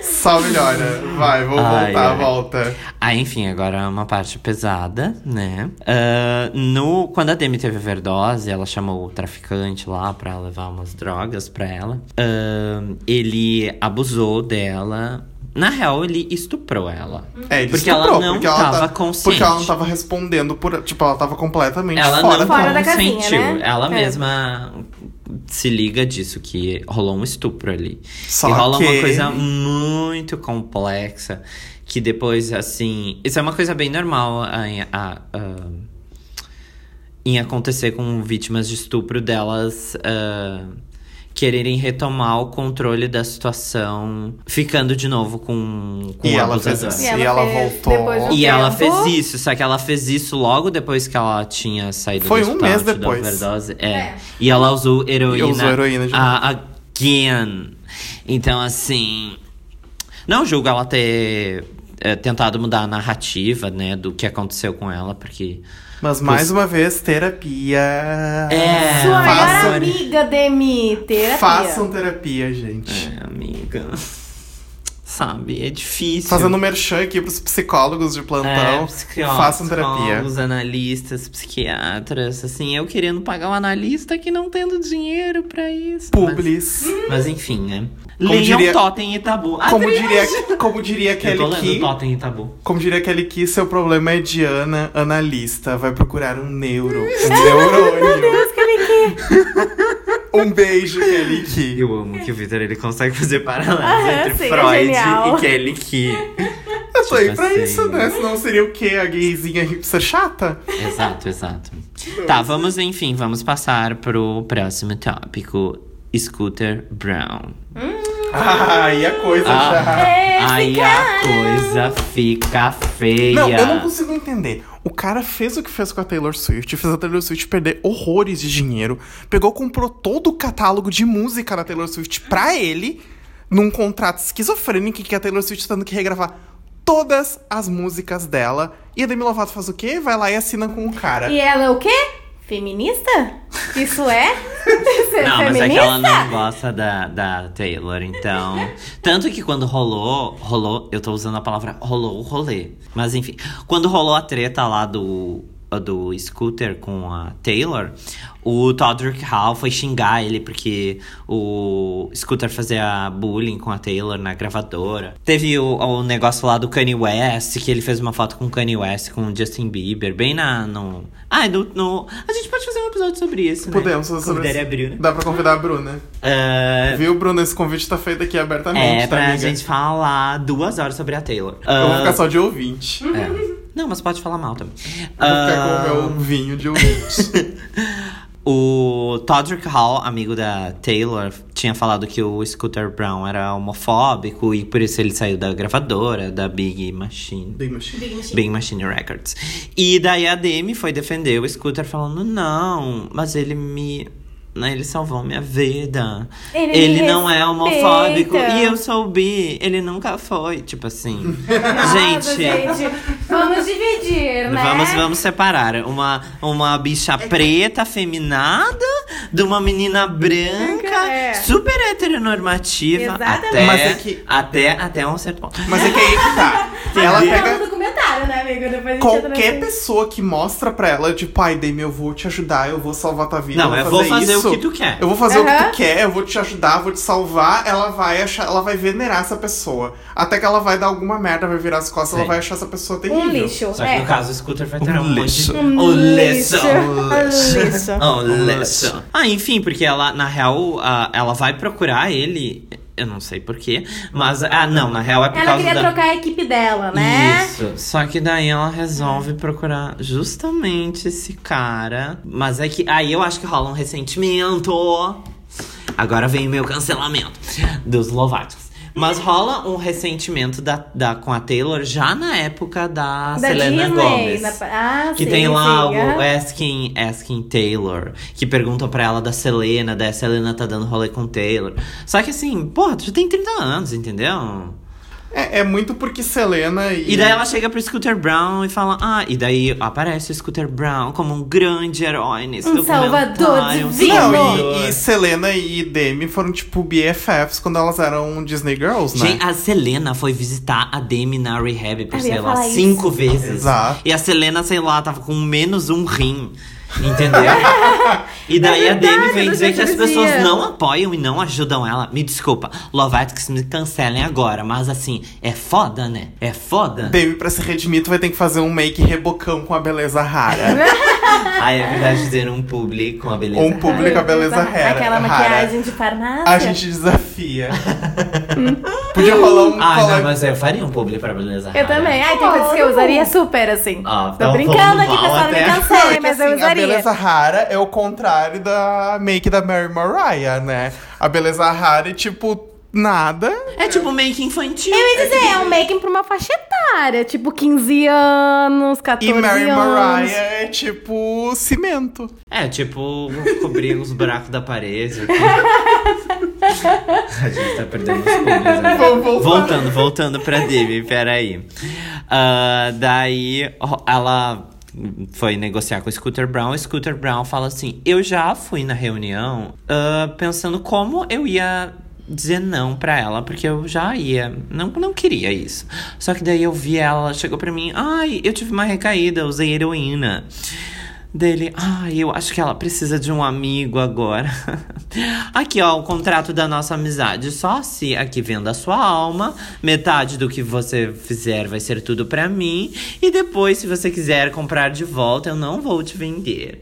Speaker 3: Só melhora. Vai, vou
Speaker 2: Ai,
Speaker 3: voltar,
Speaker 2: ai.
Speaker 3: volta.
Speaker 2: Ah, enfim, agora uma parte pesada, né? Ah, no, quando a Demi teve overdose, ela chamou o traficante lá pra levar umas drogas pra ela. Ah, ele abusou dela. Na real, ele estuprou ela.
Speaker 3: É, ele
Speaker 2: Porque
Speaker 3: estuprou,
Speaker 2: ela não
Speaker 3: porque ela
Speaker 2: tava
Speaker 3: tá-
Speaker 2: consciente.
Speaker 3: Porque ela não tava respondendo por. Tipo, ela tava completamente
Speaker 2: Ela
Speaker 3: fora
Speaker 2: não
Speaker 3: do-
Speaker 1: Fora da
Speaker 2: consentiu.
Speaker 1: casinha, né?
Speaker 2: Ela
Speaker 1: É.
Speaker 2: mesma se liga disso, que rolou um estupro ali.
Speaker 3: Só
Speaker 2: e rola
Speaker 3: que-
Speaker 2: uma coisa muito complexa. Que depois, assim. Isso é uma coisa bem normal ah, em, ah, ah, em acontecer com vítimas de estupro delas. ah, Quererem retomar o controle da situação, ficando de novo com, com
Speaker 3: E
Speaker 2: o
Speaker 3: ela fez assim.
Speaker 2: abusador.
Speaker 3: isso. E ela voltou.
Speaker 1: depois do
Speaker 2: E ela
Speaker 1: tempo.
Speaker 2: fez isso, só que ela fez isso logo depois que ela tinha saído
Speaker 3: Foi
Speaker 2: do
Speaker 3: um
Speaker 2: hospital,
Speaker 3: mês
Speaker 2: tido a
Speaker 3: depois.
Speaker 2: overdose. É.
Speaker 1: É.
Speaker 2: E ela usou heroína.
Speaker 3: E usou heroína de
Speaker 2: a, again. Então, assim. Não julgo ela ter é, tentado mudar a narrativa, né, do que aconteceu com ela, porque.
Speaker 3: Mas mais uma vez, terapia.
Speaker 2: É,
Speaker 1: Sua
Speaker 3: façam-
Speaker 1: melhor amiga, Demi, terapia.
Speaker 2: um
Speaker 3: Façam terapia, gente.
Speaker 2: É, amiga. Sabe, é difícil.
Speaker 3: Fazendo merchan aqui pros psicólogos de plantão.
Speaker 2: É, psicó-
Speaker 3: façam terapia.
Speaker 2: psicólogos, analistas, psiquiatras, assim, eu querendo pagar um analista que não tendo dinheiro pra isso.
Speaker 3: Publis.
Speaker 2: Mas, mas enfim, né?
Speaker 3: Como
Speaker 2: Leiam
Speaker 3: diria-
Speaker 2: Totem e Tabu. A
Speaker 3: Como
Speaker 2: trilogia-
Speaker 3: diria, como diria
Speaker 2: Eu tô
Speaker 3: Kelly
Speaker 2: lendo
Speaker 3: Key.
Speaker 2: Totem e Tabu.
Speaker 3: Como diria Kelly Key, seu problema é Diana, analista. Vai procurar um neuro. Um neurônio.
Speaker 1: Deus, que ele
Speaker 3: um beijo, Kelly Key.
Speaker 2: Eu amo que o Victor ele consegue fazer paralelos
Speaker 1: Aham,
Speaker 2: entre
Speaker 1: sim, é
Speaker 2: Freud
Speaker 1: genial.
Speaker 2: e Kelly Key.
Speaker 3: Eu tô aí pra
Speaker 2: Tipo
Speaker 3: isso,
Speaker 2: assim.
Speaker 3: né? Senão seria o quê? A gayzinha hipster chata?
Speaker 2: exato, exato. Tá, vamos, enfim, vamos passar pro próximo tópico. Scooter Brown.
Speaker 3: Ai, a é coisa já.
Speaker 2: Ah, aí a coisa fica feia.
Speaker 3: Não, eu não consigo entender. O cara fez o que fez com a Taylor Swift, fez a Taylor Swift perder horrores de dinheiro, pegou, comprou todo o catálogo de música da Taylor Swift pra ele, num contrato esquizofrênico que a Taylor Swift tá tendo que regravar todas as músicas dela. E a Demi Lovato faz o quê? Vai lá e assina com o cara.
Speaker 1: E ela é o quê? Feminista? Isso é? Ser
Speaker 2: Não, mas
Speaker 1: feminista?
Speaker 2: é que ela não gosta da, da Taylor, então. Tanto que quando rolou, rolou, eu tô usando a palavra rolou o rolê. Mas enfim, quando rolou a treta lá do, do scooter com a Taylor, o Todrick Hall foi xingar ele porque o scooter fazia bullying com a Taylor na gravadora. Teve o, o negócio lá do Kanye West, que ele fez uma foto com o Kanye West, com o Justin Bieber, bem na. No... Ai, no, no- A gente pode fazer um episódio sobre isso, né?
Speaker 3: Podemos fazer sobre
Speaker 2: Convidaria a
Speaker 3: isso.
Speaker 2: né? Bruna.
Speaker 3: Dá pra convidar a Bruna.
Speaker 2: Ah,
Speaker 3: Viu, Bruna? Esse convite tá feito aqui abertamente,
Speaker 2: é
Speaker 3: tá,
Speaker 2: pra
Speaker 3: amiga?
Speaker 2: gente falar duas horas sobre a Taylor.
Speaker 3: Eu vou
Speaker 2: Ah,
Speaker 3: ficar só de ouvinte. Eu
Speaker 2: é. Não, mas pode falar mal também.
Speaker 3: Vou ficar
Speaker 2: Ah,
Speaker 3: com o meu vinho de ouvinte.
Speaker 2: o Todrick Hall, amigo da Taylor, tinha falado que o Scooter Brown era homofóbico e por isso ele saiu da gravadora, da Big Machine.
Speaker 3: Bem, mas-
Speaker 2: Big Machine Records. E daí a Demi foi defender o Scooter falando: Não, mas ele me. né, Ele salvou minha vida.
Speaker 1: Ele
Speaker 2: Ele,
Speaker 1: me
Speaker 2: não é homofóbico.
Speaker 1: respeita."
Speaker 2: E eu sou bi. Ele nunca foi. Tipo assim.
Speaker 1: Nossa,
Speaker 2: gente.
Speaker 1: Ah, Vamos dividir, né? É
Speaker 2: Vamos, vamos separar uma, uma bicha preta, feminada, de uma menina branca,
Speaker 1: É.
Speaker 2: super heteronormativa,
Speaker 1: Exatamente.
Speaker 2: até,
Speaker 3: Mas é que-
Speaker 2: até, até um certo ponto.
Speaker 3: Mas é que aí que tá.
Speaker 1: Ela
Speaker 3: Ela
Speaker 1: pega...
Speaker 3: pega-
Speaker 1: no documentário, né, amigo? Depois a gente entra
Speaker 3: Qualquer
Speaker 1: nesse-
Speaker 3: pessoa que mostra pra ela, tipo, ai, Demi, eu vou te ajudar, eu vou salvar tua vida.
Speaker 2: Não, eu vou fazer
Speaker 3: isso,
Speaker 2: o que tu quer.
Speaker 3: Eu vou fazer o que
Speaker 1: Aham.
Speaker 3: tu quer, eu vou te ajudar, vou te salvar. Ela vai achar, ela vai venerar essa pessoa. Até que ela vai dar alguma merda, vai virar as costas,
Speaker 2: Sim.
Speaker 3: ela vai achar essa pessoa terrível.
Speaker 1: Um lixo.
Speaker 2: Só que
Speaker 1: é.
Speaker 2: no caso, o Scooter vai ter
Speaker 3: Um
Speaker 2: um monte de...
Speaker 3: lixo.
Speaker 1: Um
Speaker 2: Um lixo.
Speaker 1: Um lixo.
Speaker 2: Oh,
Speaker 3: lixo.
Speaker 2: lixo. Ah, enfim, porque ela, na real, ah, ela vai procurar ele. Eu não sei porquê. Mas, ah, não, na real é por
Speaker 1: Ela
Speaker 2: causa
Speaker 1: queria
Speaker 2: da...
Speaker 1: trocar a equipe dela, né?
Speaker 2: Isso. Só que daí ela resolve procurar justamente esse cara. Mas é que aí eu acho que rola um ressentimento. Agora vem o meu cancelamento dos Lovatos. Mas rola um ressentimento da, da, com a Taylor já na época da,
Speaker 1: Da
Speaker 2: Selena
Speaker 1: Disney.
Speaker 2: Gomez.
Speaker 1: da- Ah,
Speaker 2: Que
Speaker 1: sim,
Speaker 2: tem lá
Speaker 1: sim,
Speaker 2: o é,
Speaker 1: aham.
Speaker 2: Asking, Asking Taylor, que pergunta pra ela da Selena, daí a Selena tá dando rolê com o Taylor. Só que assim, porra, tu já tem 30 anos, entendeu?
Speaker 3: É, é muito porque Selena e.
Speaker 2: E daí ela chega pro Scooter Brown e fala, ah, e daí aparece o Scooter Brown como um grande herói nesse
Speaker 1: Um
Speaker 2: documentário.
Speaker 1: salvador
Speaker 2: um
Speaker 1: divino.
Speaker 3: Não,
Speaker 2: salvador.
Speaker 3: e, e Selena e Demi foram, tipo, BFFs quando elas eram Disney Girls, né?
Speaker 2: Gente, a Selena foi visitar a Demi na rehab por,
Speaker 1: Ah, Eu
Speaker 2: sei
Speaker 1: ia
Speaker 2: lá,
Speaker 1: falar isso.
Speaker 2: cinco vezes.
Speaker 3: Exato.
Speaker 2: E a Selena, sei lá, tava com menos um rim. Entendeu? e daí
Speaker 1: É
Speaker 2: a Demi
Speaker 1: verdade,
Speaker 2: vem
Speaker 1: do
Speaker 2: dizer que as
Speaker 1: jeito que
Speaker 2: pessoas
Speaker 1: dizia.
Speaker 2: não apoiam e não ajudam ela. Me desculpa, Lovatics me cancelem agora. Mas assim, é foda, né? É foda.
Speaker 3: Demi, pra se redimir, tu vai ter que fazer um make rebocão com a beleza rara.
Speaker 2: Aí é verdade ter um público, uma beleza.
Speaker 3: Ou um público a beleza rara.
Speaker 1: Aquela
Speaker 3: rara.
Speaker 1: maquiagem de farmácia.
Speaker 3: A gente desafia. Podia rolar um
Speaker 2: Ah,
Speaker 3: collab-
Speaker 2: não, mas eu faria um public pra beleza
Speaker 1: Eu
Speaker 2: rara.
Speaker 1: também. Ai, tem coisas que eu usaria super, assim.
Speaker 2: Ah,
Speaker 1: Tô
Speaker 2: tá
Speaker 1: brincando
Speaker 2: falando
Speaker 1: aqui,
Speaker 2: mal
Speaker 1: pessoal, não
Speaker 2: até.
Speaker 1: me
Speaker 3: Não, é
Speaker 1: cancelem,
Speaker 3: que,
Speaker 1: mas eu
Speaker 3: assim, A
Speaker 1: usaria.
Speaker 3: beleza rara é o contrário da make da Mary Mariah, né? A beleza rara é tipo nada.
Speaker 2: É tipo meio que infantil.
Speaker 1: Eu ia dizer, é um making pra uma faixa etária, tipo 15 anos, 14
Speaker 3: E
Speaker 1: anos.
Speaker 3: Mary Mariah é tipo cimento.
Speaker 2: É, tipo, cobrir os buracos da parede. A gente tá perdendo os públicos. né?
Speaker 3: Vou voltar.
Speaker 2: Voltando, voltando pra Demi, peraí. Ah, daí, ó, ela foi negociar com o Scooter Brown. O Scooter Brown fala assim: Eu já fui na reunião ah, pensando como eu ia dizer não pra ela, porque eu já ia, não, não queria isso. Só que daí eu vi ela, ela chegou pra mim, ai, eu tive uma recaída, usei heroína. Dele, ai, eu acho que ela precisa de um amigo agora. aqui, ó, o contrato da nossa amizade. Só se aqui venda a sua alma, metade do que você fizer vai ser tudo pra mim. E depois, se você quiser comprar de volta, eu não vou te vender.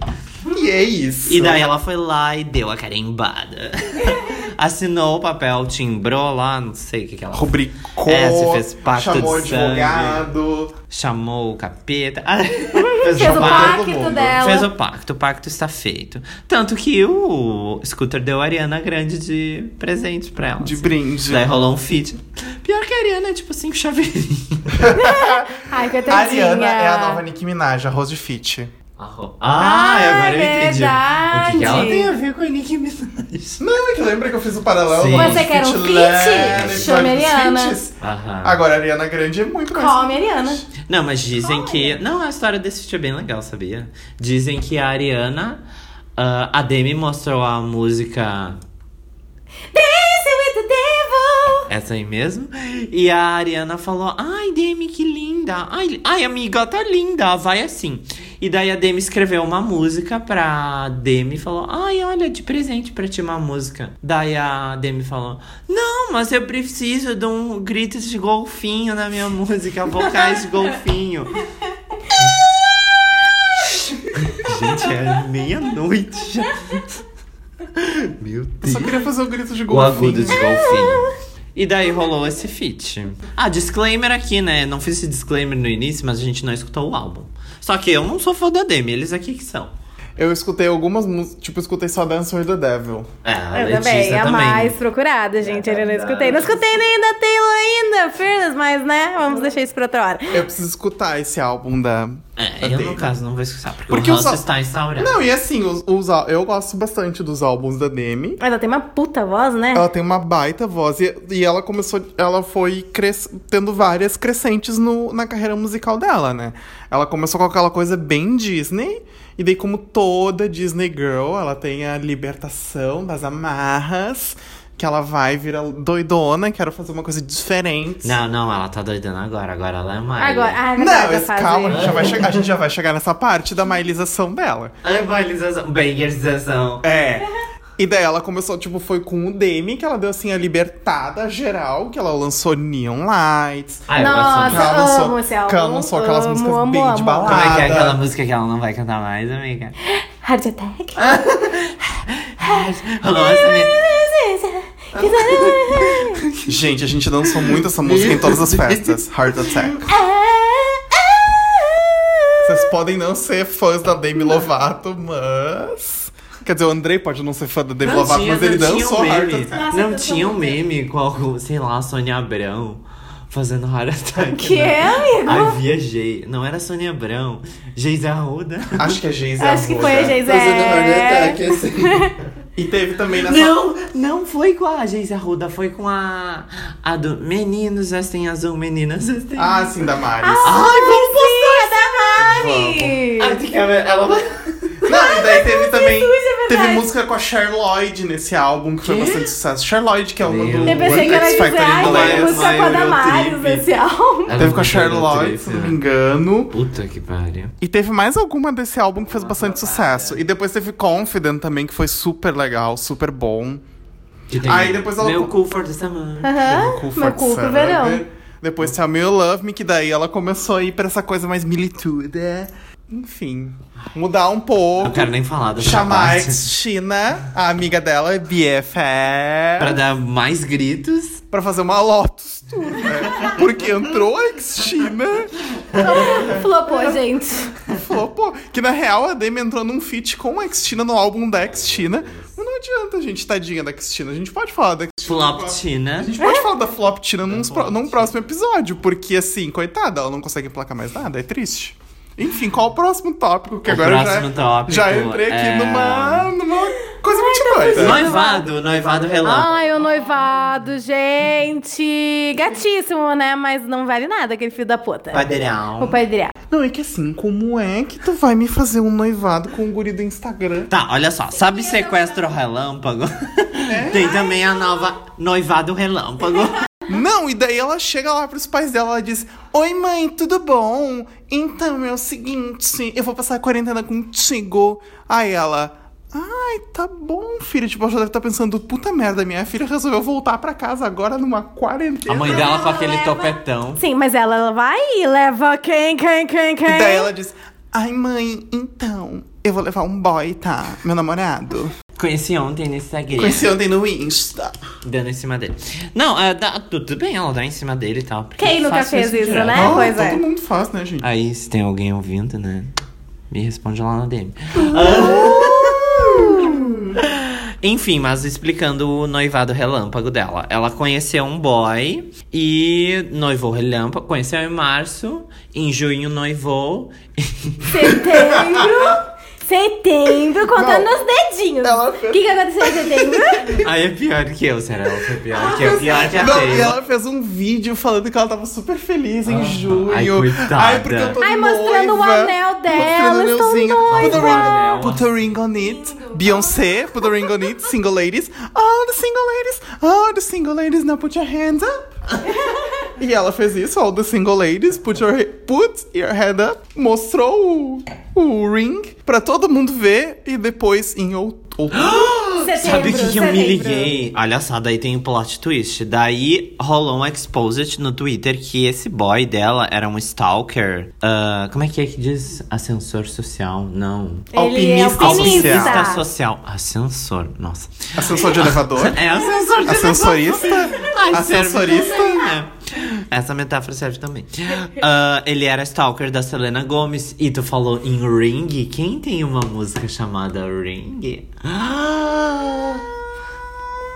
Speaker 3: E é isso.
Speaker 2: E daí ela foi lá e deu a carimbada. Assinou o papel, timbrou lá, não sei o que, que ela
Speaker 3: Rubricou,
Speaker 2: É, se fez pacto
Speaker 3: chamou
Speaker 2: de sangue.
Speaker 3: advogado.
Speaker 2: chamou o capeta.
Speaker 1: Fez o
Speaker 3: Chamar todo
Speaker 1: pacto
Speaker 3: mundo.
Speaker 1: dela.
Speaker 2: Fez o pacto, o pacto está feito. Tanto que o Scooter deu a Ariana Grande de presente pra ela.
Speaker 3: De
Speaker 2: assim.
Speaker 3: brinde.
Speaker 2: Daí rolou um feat. Pior que a Ariana é tipo assim, chaveirinho.
Speaker 1: Ai,
Speaker 3: A
Speaker 1: coitadinha.
Speaker 3: Ariana é a nova Nicki Minaj, a Rose Fit.
Speaker 2: Ah, agora eu entendi. O que, que ela
Speaker 1: verdade.
Speaker 2: tem a ver com a Nicki Minaj?
Speaker 3: Não, é que lembra que eu fiz o paralelo?
Speaker 2: Sim.
Speaker 3: lá no
Speaker 1: Você quer um
Speaker 3: Fit
Speaker 1: fit?
Speaker 3: Lab,
Speaker 1: Chama
Speaker 3: episódio dos
Speaker 1: Ariana.
Speaker 3: fits.
Speaker 2: Aham.
Speaker 3: Agora a Ariana Grande é muito mais.
Speaker 1: Come, Ariana.
Speaker 2: Não, mas dizem que. Não, a história desse feat é bem legal, sabia? Dizem que a Ariana. ah, a Demi mostrou a música.
Speaker 1: Dance with the devil.
Speaker 2: Essa aí mesmo. E a Ariana falou: Ai, Demi, que linda. Ai, ai, amiga, tá linda. Vai assim. E daí a Demi escreveu uma música pra Demi e falou: Ai, olha, de presente pra ti uma música. Daí a Demi falou: Não, mas eu preciso de um gritos de golfinho na minha música, vocais de golfinho. Gente, é meia-noite já. Meu
Speaker 3: Eu
Speaker 2: Deus.
Speaker 3: só queria fazer o grito de
Speaker 2: O
Speaker 3: golfinho.
Speaker 2: agudo de golfinho. E daí rolou esse feat. Ah, disclaimer aqui, né? Não fiz esse disclaimer no início, mas a gente não escutou o álbum. Só que eu não sou fã da Demi, eles aqui que são.
Speaker 3: Eu escutei algumas músicas, tipo, eu escutei só Dance with the Devil.
Speaker 2: É, a
Speaker 1: Eu
Speaker 2: Letícia
Speaker 1: também, é a
Speaker 2: também.
Speaker 1: mais procurada, gente. Eu não escutei. Não escutei nem da Taylor ainda, Fearless, mas né, vamos deixar isso pra outra hora.
Speaker 3: Eu preciso escutar esse álbum da.
Speaker 2: É,
Speaker 3: da
Speaker 2: eu no
Speaker 3: Demi.
Speaker 2: caso não vou escutar, porque,
Speaker 3: Porque
Speaker 2: o
Speaker 3: o
Speaker 2: House
Speaker 3: só-
Speaker 2: está instaurado.
Speaker 3: Não, e assim, os, os al- eu gosto bastante dos álbuns da Demi.
Speaker 1: Mas ela tem uma puta voz, né?
Speaker 3: Ela tem uma baita voz e, e ela começou, ela foi cres- tendo várias crescentes no- na carreira musical dela, né? Ela começou com aquela coisa bem Disney, e daí, como toda Disney Girl, ela tem a libertação das amarras, que ela vai vira doidona, quero fazer uma coisa diferente.
Speaker 2: Não, não, ela tá doidando agora. Agora ela é Miley.
Speaker 1: Agora, ah, é verdade,
Speaker 3: Não,
Speaker 1: a
Speaker 3: esse-
Speaker 1: fase-
Speaker 3: calma, a gente, já vai chegar, a gente já vai chegar nessa parte da mailização dela.
Speaker 2: é Evangelização. Bangerização.
Speaker 3: É. E daí ela começou, tipo, foi com o Demi que ela deu assim a libertada geral, que ela lançou Neon Lights.
Speaker 2: Ai, eu gosto
Speaker 1: Nossa,
Speaker 2: muito.
Speaker 3: Ela lançou-
Speaker 1: amo esse álbum.
Speaker 3: que ela lançou aquelas
Speaker 1: amo,
Speaker 3: músicas
Speaker 1: amo,
Speaker 3: bem de
Speaker 1: amo.
Speaker 3: balada.
Speaker 2: Como é que é
Speaker 3: Nada.
Speaker 2: aquela música que ela não vai cantar mais, amiga?
Speaker 1: Heart Attack.
Speaker 2: Nossa, minha...
Speaker 3: Gente, a gente dançou muito essa música em todas as festas. Heart Attack. Vocês podem não ser fãs da Demi Lovato, mas. Quer dizer, o Andrei pode não ser fã da Demi Lovato, mas ele dançou
Speaker 2: um
Speaker 3: Heart
Speaker 2: meme.
Speaker 3: Attack.
Speaker 1: Nossa,
Speaker 2: não
Speaker 1: eu tô
Speaker 2: tinha um
Speaker 1: muito-
Speaker 2: meme com, algum, sei lá, Sônia Abrão fazendo Heart Attack.
Speaker 1: Que, é,
Speaker 2: né?
Speaker 1: amigo?
Speaker 2: Ai, viajei. Não era Sônia Abrão. Geisa Arruda.
Speaker 3: Acho que é Geise
Speaker 1: Acho que foi a
Speaker 3: Arruda.
Speaker 1: Geise.
Speaker 5: Fazendo heart
Speaker 1: É.
Speaker 5: attack, assim.
Speaker 3: E teve também nessa.
Speaker 2: Não, não foi com a Geisa Arruda. Foi com a... A do Meninos Vestem Azul, Meninas Vestem
Speaker 3: Ah, sim, Damares.
Speaker 2: Ai, vamos
Speaker 1: Mari!
Speaker 3: ah,
Speaker 2: Ai, tem que haver- ela
Speaker 3: Não, e daí teve também.
Speaker 1: Jesus, é verdade.
Speaker 3: teve música com a Charlotte nesse álbum, que foi
Speaker 2: Quê?
Speaker 3: bastante sucesso. Charlotte, que é uma
Speaker 2: Meu
Speaker 3: do.
Speaker 1: Eu pensei que
Speaker 3: X
Speaker 1: era dizer,
Speaker 3: Factor
Speaker 1: ai,
Speaker 3: inglês. né?
Speaker 1: tem música com a
Speaker 2: Maior
Speaker 1: Damares
Speaker 2: é trip.
Speaker 1: esse álbum.
Speaker 2: Ela
Speaker 3: Teve com a
Speaker 2: não foi no
Speaker 3: Charlotte,
Speaker 2: três,
Speaker 3: se não
Speaker 2: né?
Speaker 3: me engano.
Speaker 2: Puta que pariu.
Speaker 3: E teve mais alguma desse álbum que fez bastante sucesso. E depois teve Confident também, que foi super legal, super bom.
Speaker 2: Que tem
Speaker 3: Aí depois ela-
Speaker 2: Meu cu for the summer.
Speaker 1: Aham,
Speaker 3: Cool
Speaker 1: meu
Speaker 3: for
Speaker 1: cu pro
Speaker 3: Summer.
Speaker 1: verão.
Speaker 3: Depois Tell Me You Love Me, que daí ela começou a ir pra essa coisa mais milituda. Enfim, mudar um
Speaker 2: Não
Speaker 3: pouco.
Speaker 2: quero nem falar dessa
Speaker 3: Chamar a
Speaker 2: parte.
Speaker 3: China, a amiga dela, é BFF.
Speaker 2: Pra dar mais gritos.
Speaker 3: pra fazer uma Lotus Tour, né? Porque entrou a ex-China
Speaker 1: Flopou, gente.
Speaker 3: e falou, pô, que na real a Demi entrou num feat com a ex-China no álbum da ex-China. Mas não adianta, gente, tadinha da ex-China. A gente pode falar da ex-China. A
Speaker 2: Floptina.
Speaker 3: gente pode falar da Flop Tina
Speaker 2: É,
Speaker 3: num, num próximo episódio, porque assim, coitada, ela não consegue emplacar mais nada, é triste. Enfim, qual o próximo tópico? Que
Speaker 2: O
Speaker 3: agora eu
Speaker 2: próximo
Speaker 3: já, é-
Speaker 2: tópico
Speaker 3: já entrei aqui
Speaker 2: é-
Speaker 3: numa, numa coisa muito doida.
Speaker 2: Noivado,
Speaker 1: Ah.
Speaker 2: noivado relâmpago.
Speaker 1: Ai, o noivado, gente. Gatíssimo, né? Mas não vale nada aquele filho da puta. O
Speaker 2: Padrão.
Speaker 1: padrear.
Speaker 3: Não, é que assim, como é que tu vai me fazer um noivado com um guri do Instagram?
Speaker 2: Tá, olha só. Sabe sequestro relâmpago? Tem também a nova noivado relâmpago.
Speaker 3: Não, e daí ela chega lá pros pais dela, ela diz: Oi, mãe, tudo bom? Então é o seguinte, eu vou passar a quarentena contigo. Aí ela. Ai, tá bom, filho. Tipo, ela já deve estar pensando, puta merda, minha filha resolveu voltar pra casa agora numa quarentena.
Speaker 2: A mãe dela com
Speaker 1: É,
Speaker 2: aquele topetão.
Speaker 1: Sim, mas ela ela vai e leva quem, quem, quem, quem?
Speaker 2: Então,
Speaker 3: E daí ela diz: Ai, mãe, então, eu vou levar um boy, tá? Meu namorado.
Speaker 2: Conheci ontem nesse Instagram.
Speaker 3: Conheci ontem no Insta.
Speaker 2: Dando em cima dele. Não, é, dá- tudo bem, ela dá em cima dele e tal. porque
Speaker 1: Quem
Speaker 2: eu
Speaker 1: nunca
Speaker 2: faço
Speaker 1: fez isso,
Speaker 2: direto.
Speaker 1: né?
Speaker 3: Ah,
Speaker 1: pois
Speaker 3: todo
Speaker 1: é.
Speaker 3: mundo faz, né, gente?
Speaker 2: Aí, se tem alguém ouvindo, né? Me responde lá na DM. Enfim, mas explicando o noivado relâmpago dela. Ela conheceu um boy e noivou relâmpago. Conheceu em março, em junho noivou.
Speaker 1: Setembro. Setembro, contando os dedinhos.
Speaker 3: Ela
Speaker 1: O que, que aconteceu em setembro?
Speaker 2: Aí é pior que eu, será? Ela foi pior que eu, pior que a
Speaker 3: Não, e
Speaker 2: Taylor.
Speaker 3: ela fez um vídeo falando que ela tava super feliz em
Speaker 2: ai,
Speaker 3: junho.
Speaker 2: coitada.
Speaker 3: Ai, porque eu tô
Speaker 1: Ai,
Speaker 3: noiva.
Speaker 1: mostrando o anel dela,
Speaker 3: Mostrando o
Speaker 1: estou
Speaker 3: anelzinho. Put a
Speaker 2: noiva.
Speaker 3: ring, put a ring on it. Beyoncé, put a ring on it. Single ladies. All the single ladies. All the single ladies. Now put your hands up. E ela fez isso, all the single ladies, put your, put your head up, mostrou o, o ring pra todo mundo ver e depois em out- outubro.
Speaker 1: Setembro,
Speaker 2: Sabe o que, que eu me
Speaker 1: setembro.
Speaker 2: liguei? Olha só, daí tem o plot twist. Daí rolou um exposit no Twitter que esse boy dela era um stalker. Ah, como é que é que diz? Ascensor social? Não.
Speaker 1: Ele é
Speaker 3: Alpinista
Speaker 1: alpinista.
Speaker 2: Alpinista social. Ascensor, nossa.
Speaker 3: Ascensor de elevador.
Speaker 2: É ascensor de
Speaker 3: Ascensorista?
Speaker 2: Ai, serve
Speaker 3: Ascensorista?
Speaker 2: também, né? Essa metáfora serve também. Ah, ele era stalker da Selena Gomes. E tu falou em Ring. Quem tem uma música chamada Ring? Ah!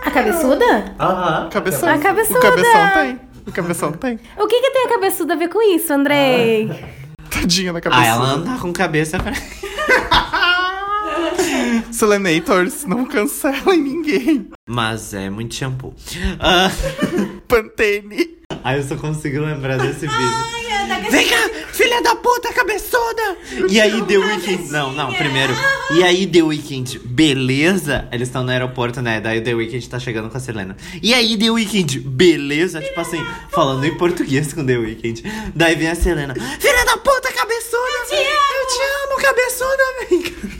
Speaker 1: A cabeçuda?
Speaker 2: Aham.
Speaker 3: Cabeção.
Speaker 1: A cabeçuda.
Speaker 3: O cabeção tem. O cabeção tem.
Speaker 1: O que, que tem a cabeçuda a ver com isso, Andrei?
Speaker 3: Tadinha da cabeça.
Speaker 2: Ah, ela anda com cabeça pra.
Speaker 3: Selenators, não cancelem ninguém.
Speaker 2: Mas é muito shampoo. Ah,
Speaker 3: Pantene.
Speaker 2: Ai, eu só consigo lembrar desse vídeo.
Speaker 1: da, da
Speaker 2: Vem cá, filha da puta, cabeçuda! E aí The Weeknd. Não, não, primeiro. E aí The Weeknd, beleza? Eles estão no aeroporto, né? Daí o The Weeknd tá chegando com a Selena. E aí The Weeknd, beleza? Tipo assim, falando em português com The Weeknd. Daí vem a Selena. Filha da puta, cabeçuda! Eu te amo, cabeçuda, vem cá.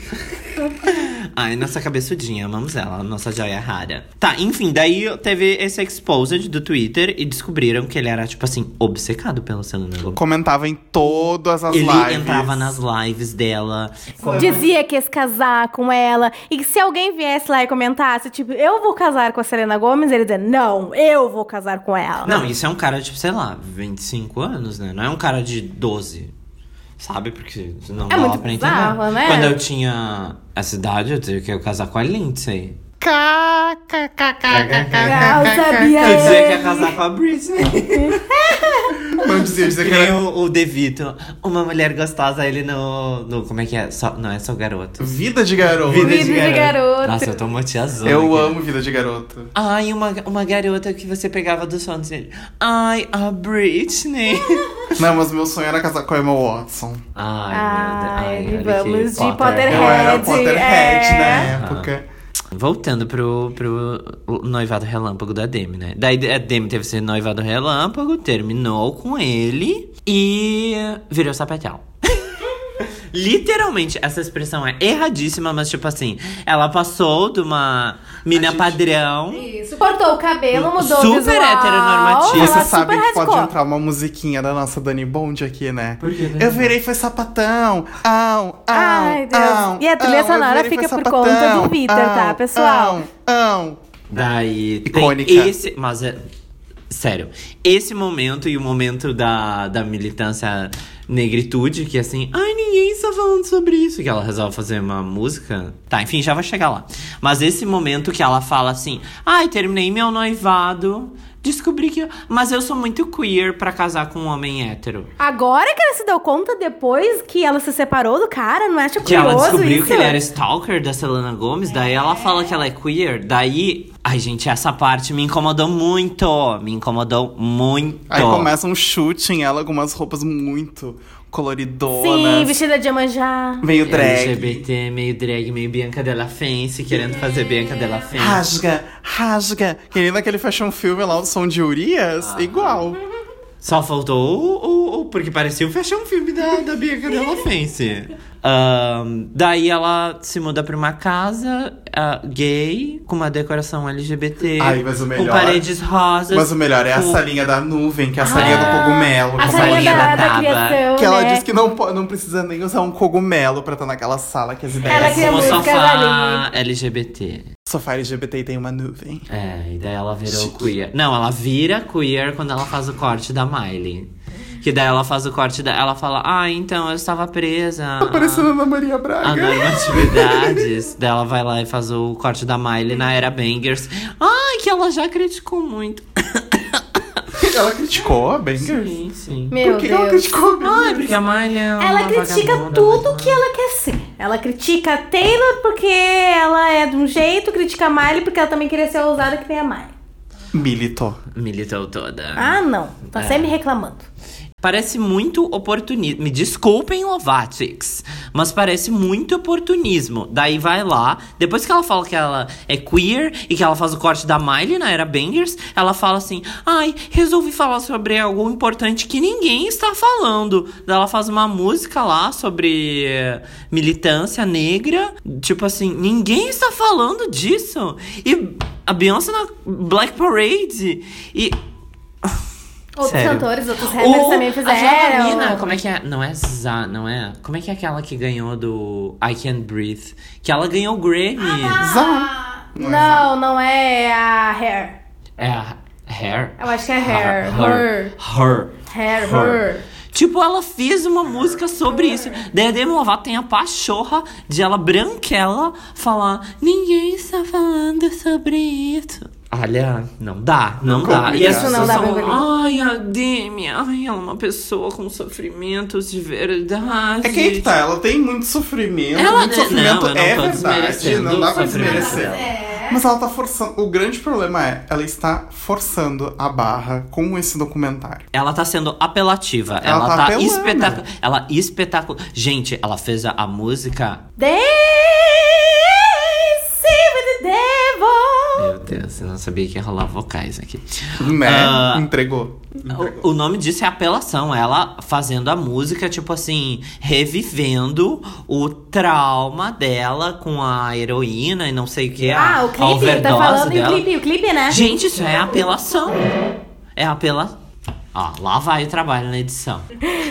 Speaker 2: Ai, nossa cabeçudinha, amamos ela, nossa joia rara. Tá, enfim, daí teve esse exposed do Twitter e descobriram que ele era, tipo assim, obcecado pelo Selena Gomez.
Speaker 3: Comentava em todas as
Speaker 2: Ele
Speaker 3: lives.
Speaker 2: entrava nas lives dela.
Speaker 1: Dizia que ia se casar com ela. E que se alguém viesse lá e comentasse, tipo, eu vou casar com a Selena Gomes, ele dizia, não, eu vou casar com ela.
Speaker 2: Não, isso é um cara de, sei lá, 25 anos, né? Não é um cara de 12. Sabe? Porque não dá
Speaker 1: É muito
Speaker 2: pra
Speaker 1: bizarro,
Speaker 2: entender.
Speaker 1: né?
Speaker 2: Quando eu tinha essa idade, eu tive que eu casar com a Lindsay.
Speaker 1: Ah, eu sabia.
Speaker 2: Eu dizia que ia casar com a Britney.
Speaker 3: Não dizia, dizia
Speaker 2: Que
Speaker 3: que
Speaker 2: nem
Speaker 3: era
Speaker 2: o, o De Vito. Uma mulher gostosa, ele no. no como é que é? Só- não é só garoto.
Speaker 3: vida de garoto.
Speaker 1: Vida de garoto.
Speaker 2: Nossa, eu tô uma tiazona.
Speaker 3: Eu
Speaker 2: aqui.
Speaker 3: amo vida de garoto.
Speaker 2: Ai, uma, uma garota que você pegava do sono dele. Ai, a Britney.
Speaker 3: Não, mas meu sonho era casar com a Emma Watson.
Speaker 2: Ai,
Speaker 1: Ai,
Speaker 2: meu Deus. Ai, olha
Speaker 1: vamos
Speaker 2: que
Speaker 1: de
Speaker 2: Potter.
Speaker 1: Potterhead.
Speaker 3: Eu era Potterhead
Speaker 1: é.
Speaker 3: na época.
Speaker 2: Voltando pro, pro noivado relâmpago da Demi, né? Daí a Demi teve esse noivado relâmpago, terminou com ele e virou sapatão. Literalmente, essa expressão é erradíssima, mas tipo assim, ela passou de uma mina padrão.
Speaker 1: Isso, cortou o cabelo, mudou o
Speaker 2: Super
Speaker 1: visual.
Speaker 2: heteronormativo.
Speaker 1: ela
Speaker 3: Você sabe
Speaker 1: super
Speaker 3: que pode
Speaker 1: radicou.
Speaker 3: entrar uma musiquinha da nossa Dani Bond aqui, né?
Speaker 2: Por que, Dani?
Speaker 3: Eu virei foi sapatão. Au, au,
Speaker 1: Ai, Deus.
Speaker 3: au,
Speaker 1: E a trilha
Speaker 3: au,
Speaker 1: sonora
Speaker 3: eu virei foi
Speaker 1: fica por
Speaker 3: sapatão,
Speaker 1: conta do Peter, tá,
Speaker 3: au,
Speaker 1: pessoal?
Speaker 3: Au, au.
Speaker 2: Daí tem
Speaker 3: Icônica.
Speaker 2: esse, mas é sério, esse momento e o momento da, da militância negritude que assim, ai ninguém está falando sobre isso, que ela resolve fazer uma música. Tá, enfim, já vai chegar lá. Mas esse momento que ela fala assim: "Ai, terminei meu noivado, descobri que eu... mas eu sou muito queer pra casar com um homem hétero".
Speaker 1: Agora que ela se deu conta, depois que ela se separou do cara, não é tipo
Speaker 2: Que ela
Speaker 1: curioso
Speaker 2: descobriu
Speaker 1: isso?
Speaker 2: que ele era stalker da Selena Gomes, daí ela fala que ela é queer, daí. Ai, gente, essa parte me incomodou muito. Me incomodou muito.
Speaker 3: Aí começa um chute em ela com umas roupas muito coloridonas.
Speaker 2: né?
Speaker 1: Sim, vestida de Iemanjá.
Speaker 3: Meio drag.
Speaker 2: LGBT, meio drag, meio Bianca Della Fence, querendo fazer Bianca Della Fence.
Speaker 1: Ah.
Speaker 3: Rasga, rasga. Que nem naquele fashion filme lá, o som de Urias. Igual.
Speaker 2: Só faltou o, o- o- Porque parecia o fashion filme da, da Bianca Della Fence. Ahn, daí ela se muda pra uma casa ah, gay, com uma decoração LGBT.
Speaker 3: Ai, mas o melhor-
Speaker 2: Com paredes rosas.
Speaker 3: Mas o melhor é a
Speaker 2: com-
Speaker 3: salinha da nuvem, que é a salinha do
Speaker 2: Ah,
Speaker 1: A
Speaker 3: cogumelo. que é
Speaker 2: salinha
Speaker 1: salinha da,
Speaker 2: da
Speaker 1: da
Speaker 2: Daba.
Speaker 1: criação,
Speaker 3: Que ela
Speaker 1: né?
Speaker 3: diz que não, po- não precisa nem usar um cogumelo pra estar naquela sala que as ideias
Speaker 1: Ela é queria
Speaker 2: com
Speaker 3: são.
Speaker 2: o
Speaker 1: música
Speaker 2: sofá LGBT.
Speaker 3: Sofá LGBT e tem uma nuvem.
Speaker 2: É, e daí ela virou queer. Não, ela vira queer quando ela faz o corte da Miley. Que daí ela faz o corte da. Ela fala, ah, então eu estava presa.
Speaker 3: Tá parecendo a Ana Maria
Speaker 2: A
Speaker 3: Braga.
Speaker 2: normatividades dela vai lá e faz o corte da Miley na era Bangers. Ai, que ela já criticou muito.
Speaker 3: ela criticou a Banger.
Speaker 2: Sim, sim.
Speaker 1: Meu
Speaker 3: Por que ela
Speaker 1: Deus.
Speaker 3: criticou a Banger?
Speaker 2: Ai, porque a Miley é uma
Speaker 1: Ela critica
Speaker 2: vagabunda,
Speaker 1: tudo
Speaker 2: mas-
Speaker 1: que ela quer ser. Ela critica a Taylor porque ela é de um jeito, critica a Miley porque ela também queria ser ousada que nem a Miley.
Speaker 3: Militou.
Speaker 2: Militou toda.
Speaker 1: Ah, não. Tá
Speaker 2: É.
Speaker 1: sempre reclamando.
Speaker 2: Parece muito oportunismo. Me desculpem, Lovatics, mas parece muito oportunismo. Daí vai lá, depois que ela fala que ela é queer e que ela faz o corte da Miley na era Bangers, ela fala assim: ai, resolvi falar sobre algo importante que ninguém está falando. Daí ela faz uma música lá sobre eh, militância negra, tipo assim: ninguém está falando disso. E a Beyoncé na Black Parade. E.
Speaker 1: Outros
Speaker 2: Sério.
Speaker 1: cantores, outros rappers
Speaker 2: Ou
Speaker 1: também fizeram.
Speaker 2: A Janina, como é que é? Não é Zá, não é? Como é que é aquela que ganhou do I Can't Breathe? Que ela ganhou o Grammy.
Speaker 1: Ah, não, não é a Hair.
Speaker 2: É a Hair?
Speaker 1: Eu acho que é Hair.
Speaker 2: Her.
Speaker 1: Her.
Speaker 2: Her.
Speaker 1: Hair, her.
Speaker 2: Tipo, ela fez uma música sobre isso. Daí a Demi Lovato tem a pachorra de ela branquela falar Ninguém está falando sobre isso. Olha, não dá, não dá. E as
Speaker 3: Isso não
Speaker 2: pessoas
Speaker 1: dá,
Speaker 2: falam,
Speaker 1: Beverly.
Speaker 2: Ai, a Demi, ai, ela é uma pessoa com sofrimentos de verdade.
Speaker 3: É que aí que tá, ela tem muito sofrimento.
Speaker 2: Ela-
Speaker 3: muito sofrimento
Speaker 2: não, eu não
Speaker 3: é
Speaker 2: tô
Speaker 3: verdade.
Speaker 2: desmerecendo
Speaker 3: Não dá pra
Speaker 2: o sofrimento
Speaker 3: desmerecer.
Speaker 1: É.
Speaker 2: dela.
Speaker 3: Mas ela tá forçando. O grande problema é, ela está forçando a barra com esse documentário.
Speaker 2: Ela tá sendo apelativa.
Speaker 3: Ela
Speaker 2: Ela,
Speaker 3: tá
Speaker 2: tá,
Speaker 3: apelando.
Speaker 2: espetacular. Ela espetacular. Gente, ela fez a, a música.
Speaker 1: Dance with the devil.
Speaker 2: Meu Deus, eu não sabia que ia rolar vocais aqui.
Speaker 3: Né?
Speaker 2: Ah,
Speaker 3: Entregou.
Speaker 2: O, o nome disso é apelação. Ela fazendo a música, tipo assim, revivendo o trauma dela com a heroína e não sei o que. a-
Speaker 1: Ah, o
Speaker 2: a
Speaker 1: clipe, tá
Speaker 2: overdose
Speaker 1: falando
Speaker 2: dela.
Speaker 1: em clipe, o clipe, né?
Speaker 2: Gente, isso é apelação. É apela. Ó, lá vai o trabalho na edição.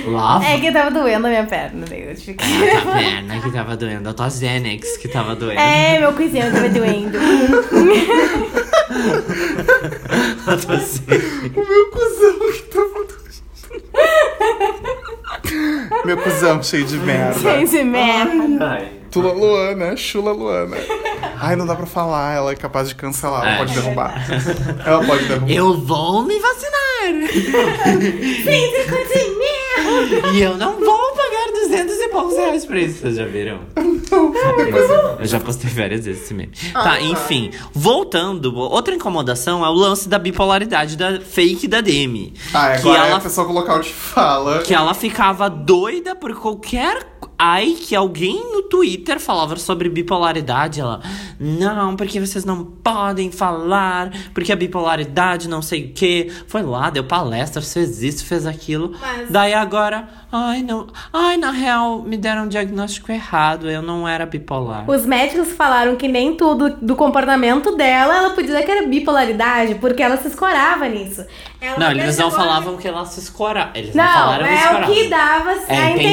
Speaker 2: Lá vai.
Speaker 1: É que tava doendo a minha perna, daí eu tive que-
Speaker 2: A perna que tava doendo, a tua Xanax que tava doendo.
Speaker 1: É, meu coisinho tava doendo.
Speaker 2: A tua Xanax.
Speaker 3: Meu cuzão que tá Meu cuzão cheio de merda.
Speaker 1: Gente, merda.
Speaker 3: Tula Luana, chula Luana. Ai, não dá pra falar, ela é capaz de cancelar, ela
Speaker 2: É.
Speaker 3: pode derrubar. Ela pode derrubar.
Speaker 2: Eu vou me vacinar!
Speaker 1: Gente, coisa de merda.
Speaker 2: e eu não vou pagar 200 e poucos reais pra isso. Vocês já viram? Eu já postei várias vezes esse meme. Tá, enfim. Voltando, outra incomodação é o lance da bipolaridade da fake da Demi.
Speaker 3: Ah,
Speaker 2: que
Speaker 3: agora é
Speaker 2: ela
Speaker 3: a pessoa com local de fala.
Speaker 2: Que ela ficava doida por qualquer ai que alguém no Twitter falava sobre bipolaridade. Ela, não, porque vocês não podem falar, porque a bipolaridade não sei o quê. Foi lá, deu palestra, fez isso, fez aquilo.
Speaker 1: Mas-
Speaker 2: Daí agora, ai, não. Ai, na real, me deram um diagnóstico errado, eu não era bipolar.
Speaker 1: Os médicos falaram que nem tudo do comportamento dela ela podia dizer que era bipolaridade, porque ela se escorava nisso. Ela
Speaker 2: Não, eles não
Speaker 1: percebeu-
Speaker 2: falavam que ela se escorava. Eles não,
Speaker 1: Não,
Speaker 2: falaram se
Speaker 1: é o
Speaker 2: escorava.
Speaker 1: que dava
Speaker 2: É
Speaker 1: a entender,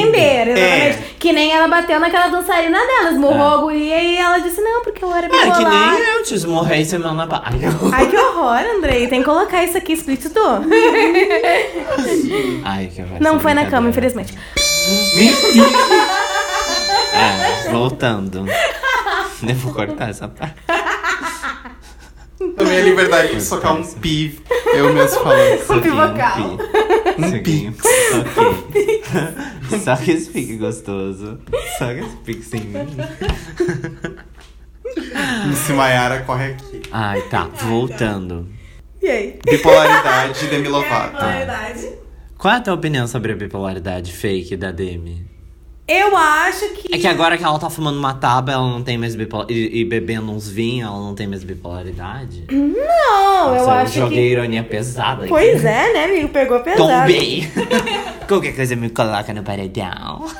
Speaker 2: entender.
Speaker 1: exatamente. Que nem ela bateu naquela dançarina dela, esmurrou a guria e ela disse, não, porque eu era
Speaker 2: É
Speaker 1: bipolar.
Speaker 2: que nem eu te esmorrei semana passada.
Speaker 1: Ai, que horror, Andrei. Tem que colocar isso aqui explícito.
Speaker 2: Ai, que horror,
Speaker 1: Não
Speaker 2: essa
Speaker 1: foi na cama,
Speaker 2: brincadeira.
Speaker 1: infelizmente.
Speaker 2: É, voltando. Eu vou cortar essa parte.
Speaker 3: Também é liberdade de socar um pi. Eu mesmo falando.
Speaker 1: Um pivocal.
Speaker 2: Um é pi. Ok. um Só que esse pique gostoso. Só que um esse pique sem mim.
Speaker 3: Miss Maiara corre aqui.
Speaker 2: Ai, tá. Voltando.
Speaker 1: E aí?
Speaker 3: Bipolaridade Demi
Speaker 2: tá.
Speaker 3: Lovato.
Speaker 2: Qual é a tua opinião sobre a bipolaridade fake da Demi?
Speaker 1: Eu acho que.
Speaker 2: É que agora que ela tá fumando uma taba, ela não tem mais bipolaridade. E, e bebendo uns vinhos, ela não tem mais bipolaridade?
Speaker 1: Não, eu
Speaker 2: Nossa,
Speaker 1: acho
Speaker 2: joguei
Speaker 1: que.
Speaker 2: ironia pesada. aqui.
Speaker 1: Pois é, né, amigo? Pegou pesado.
Speaker 2: Tombei. Qualquer coisa me coloca no paredão.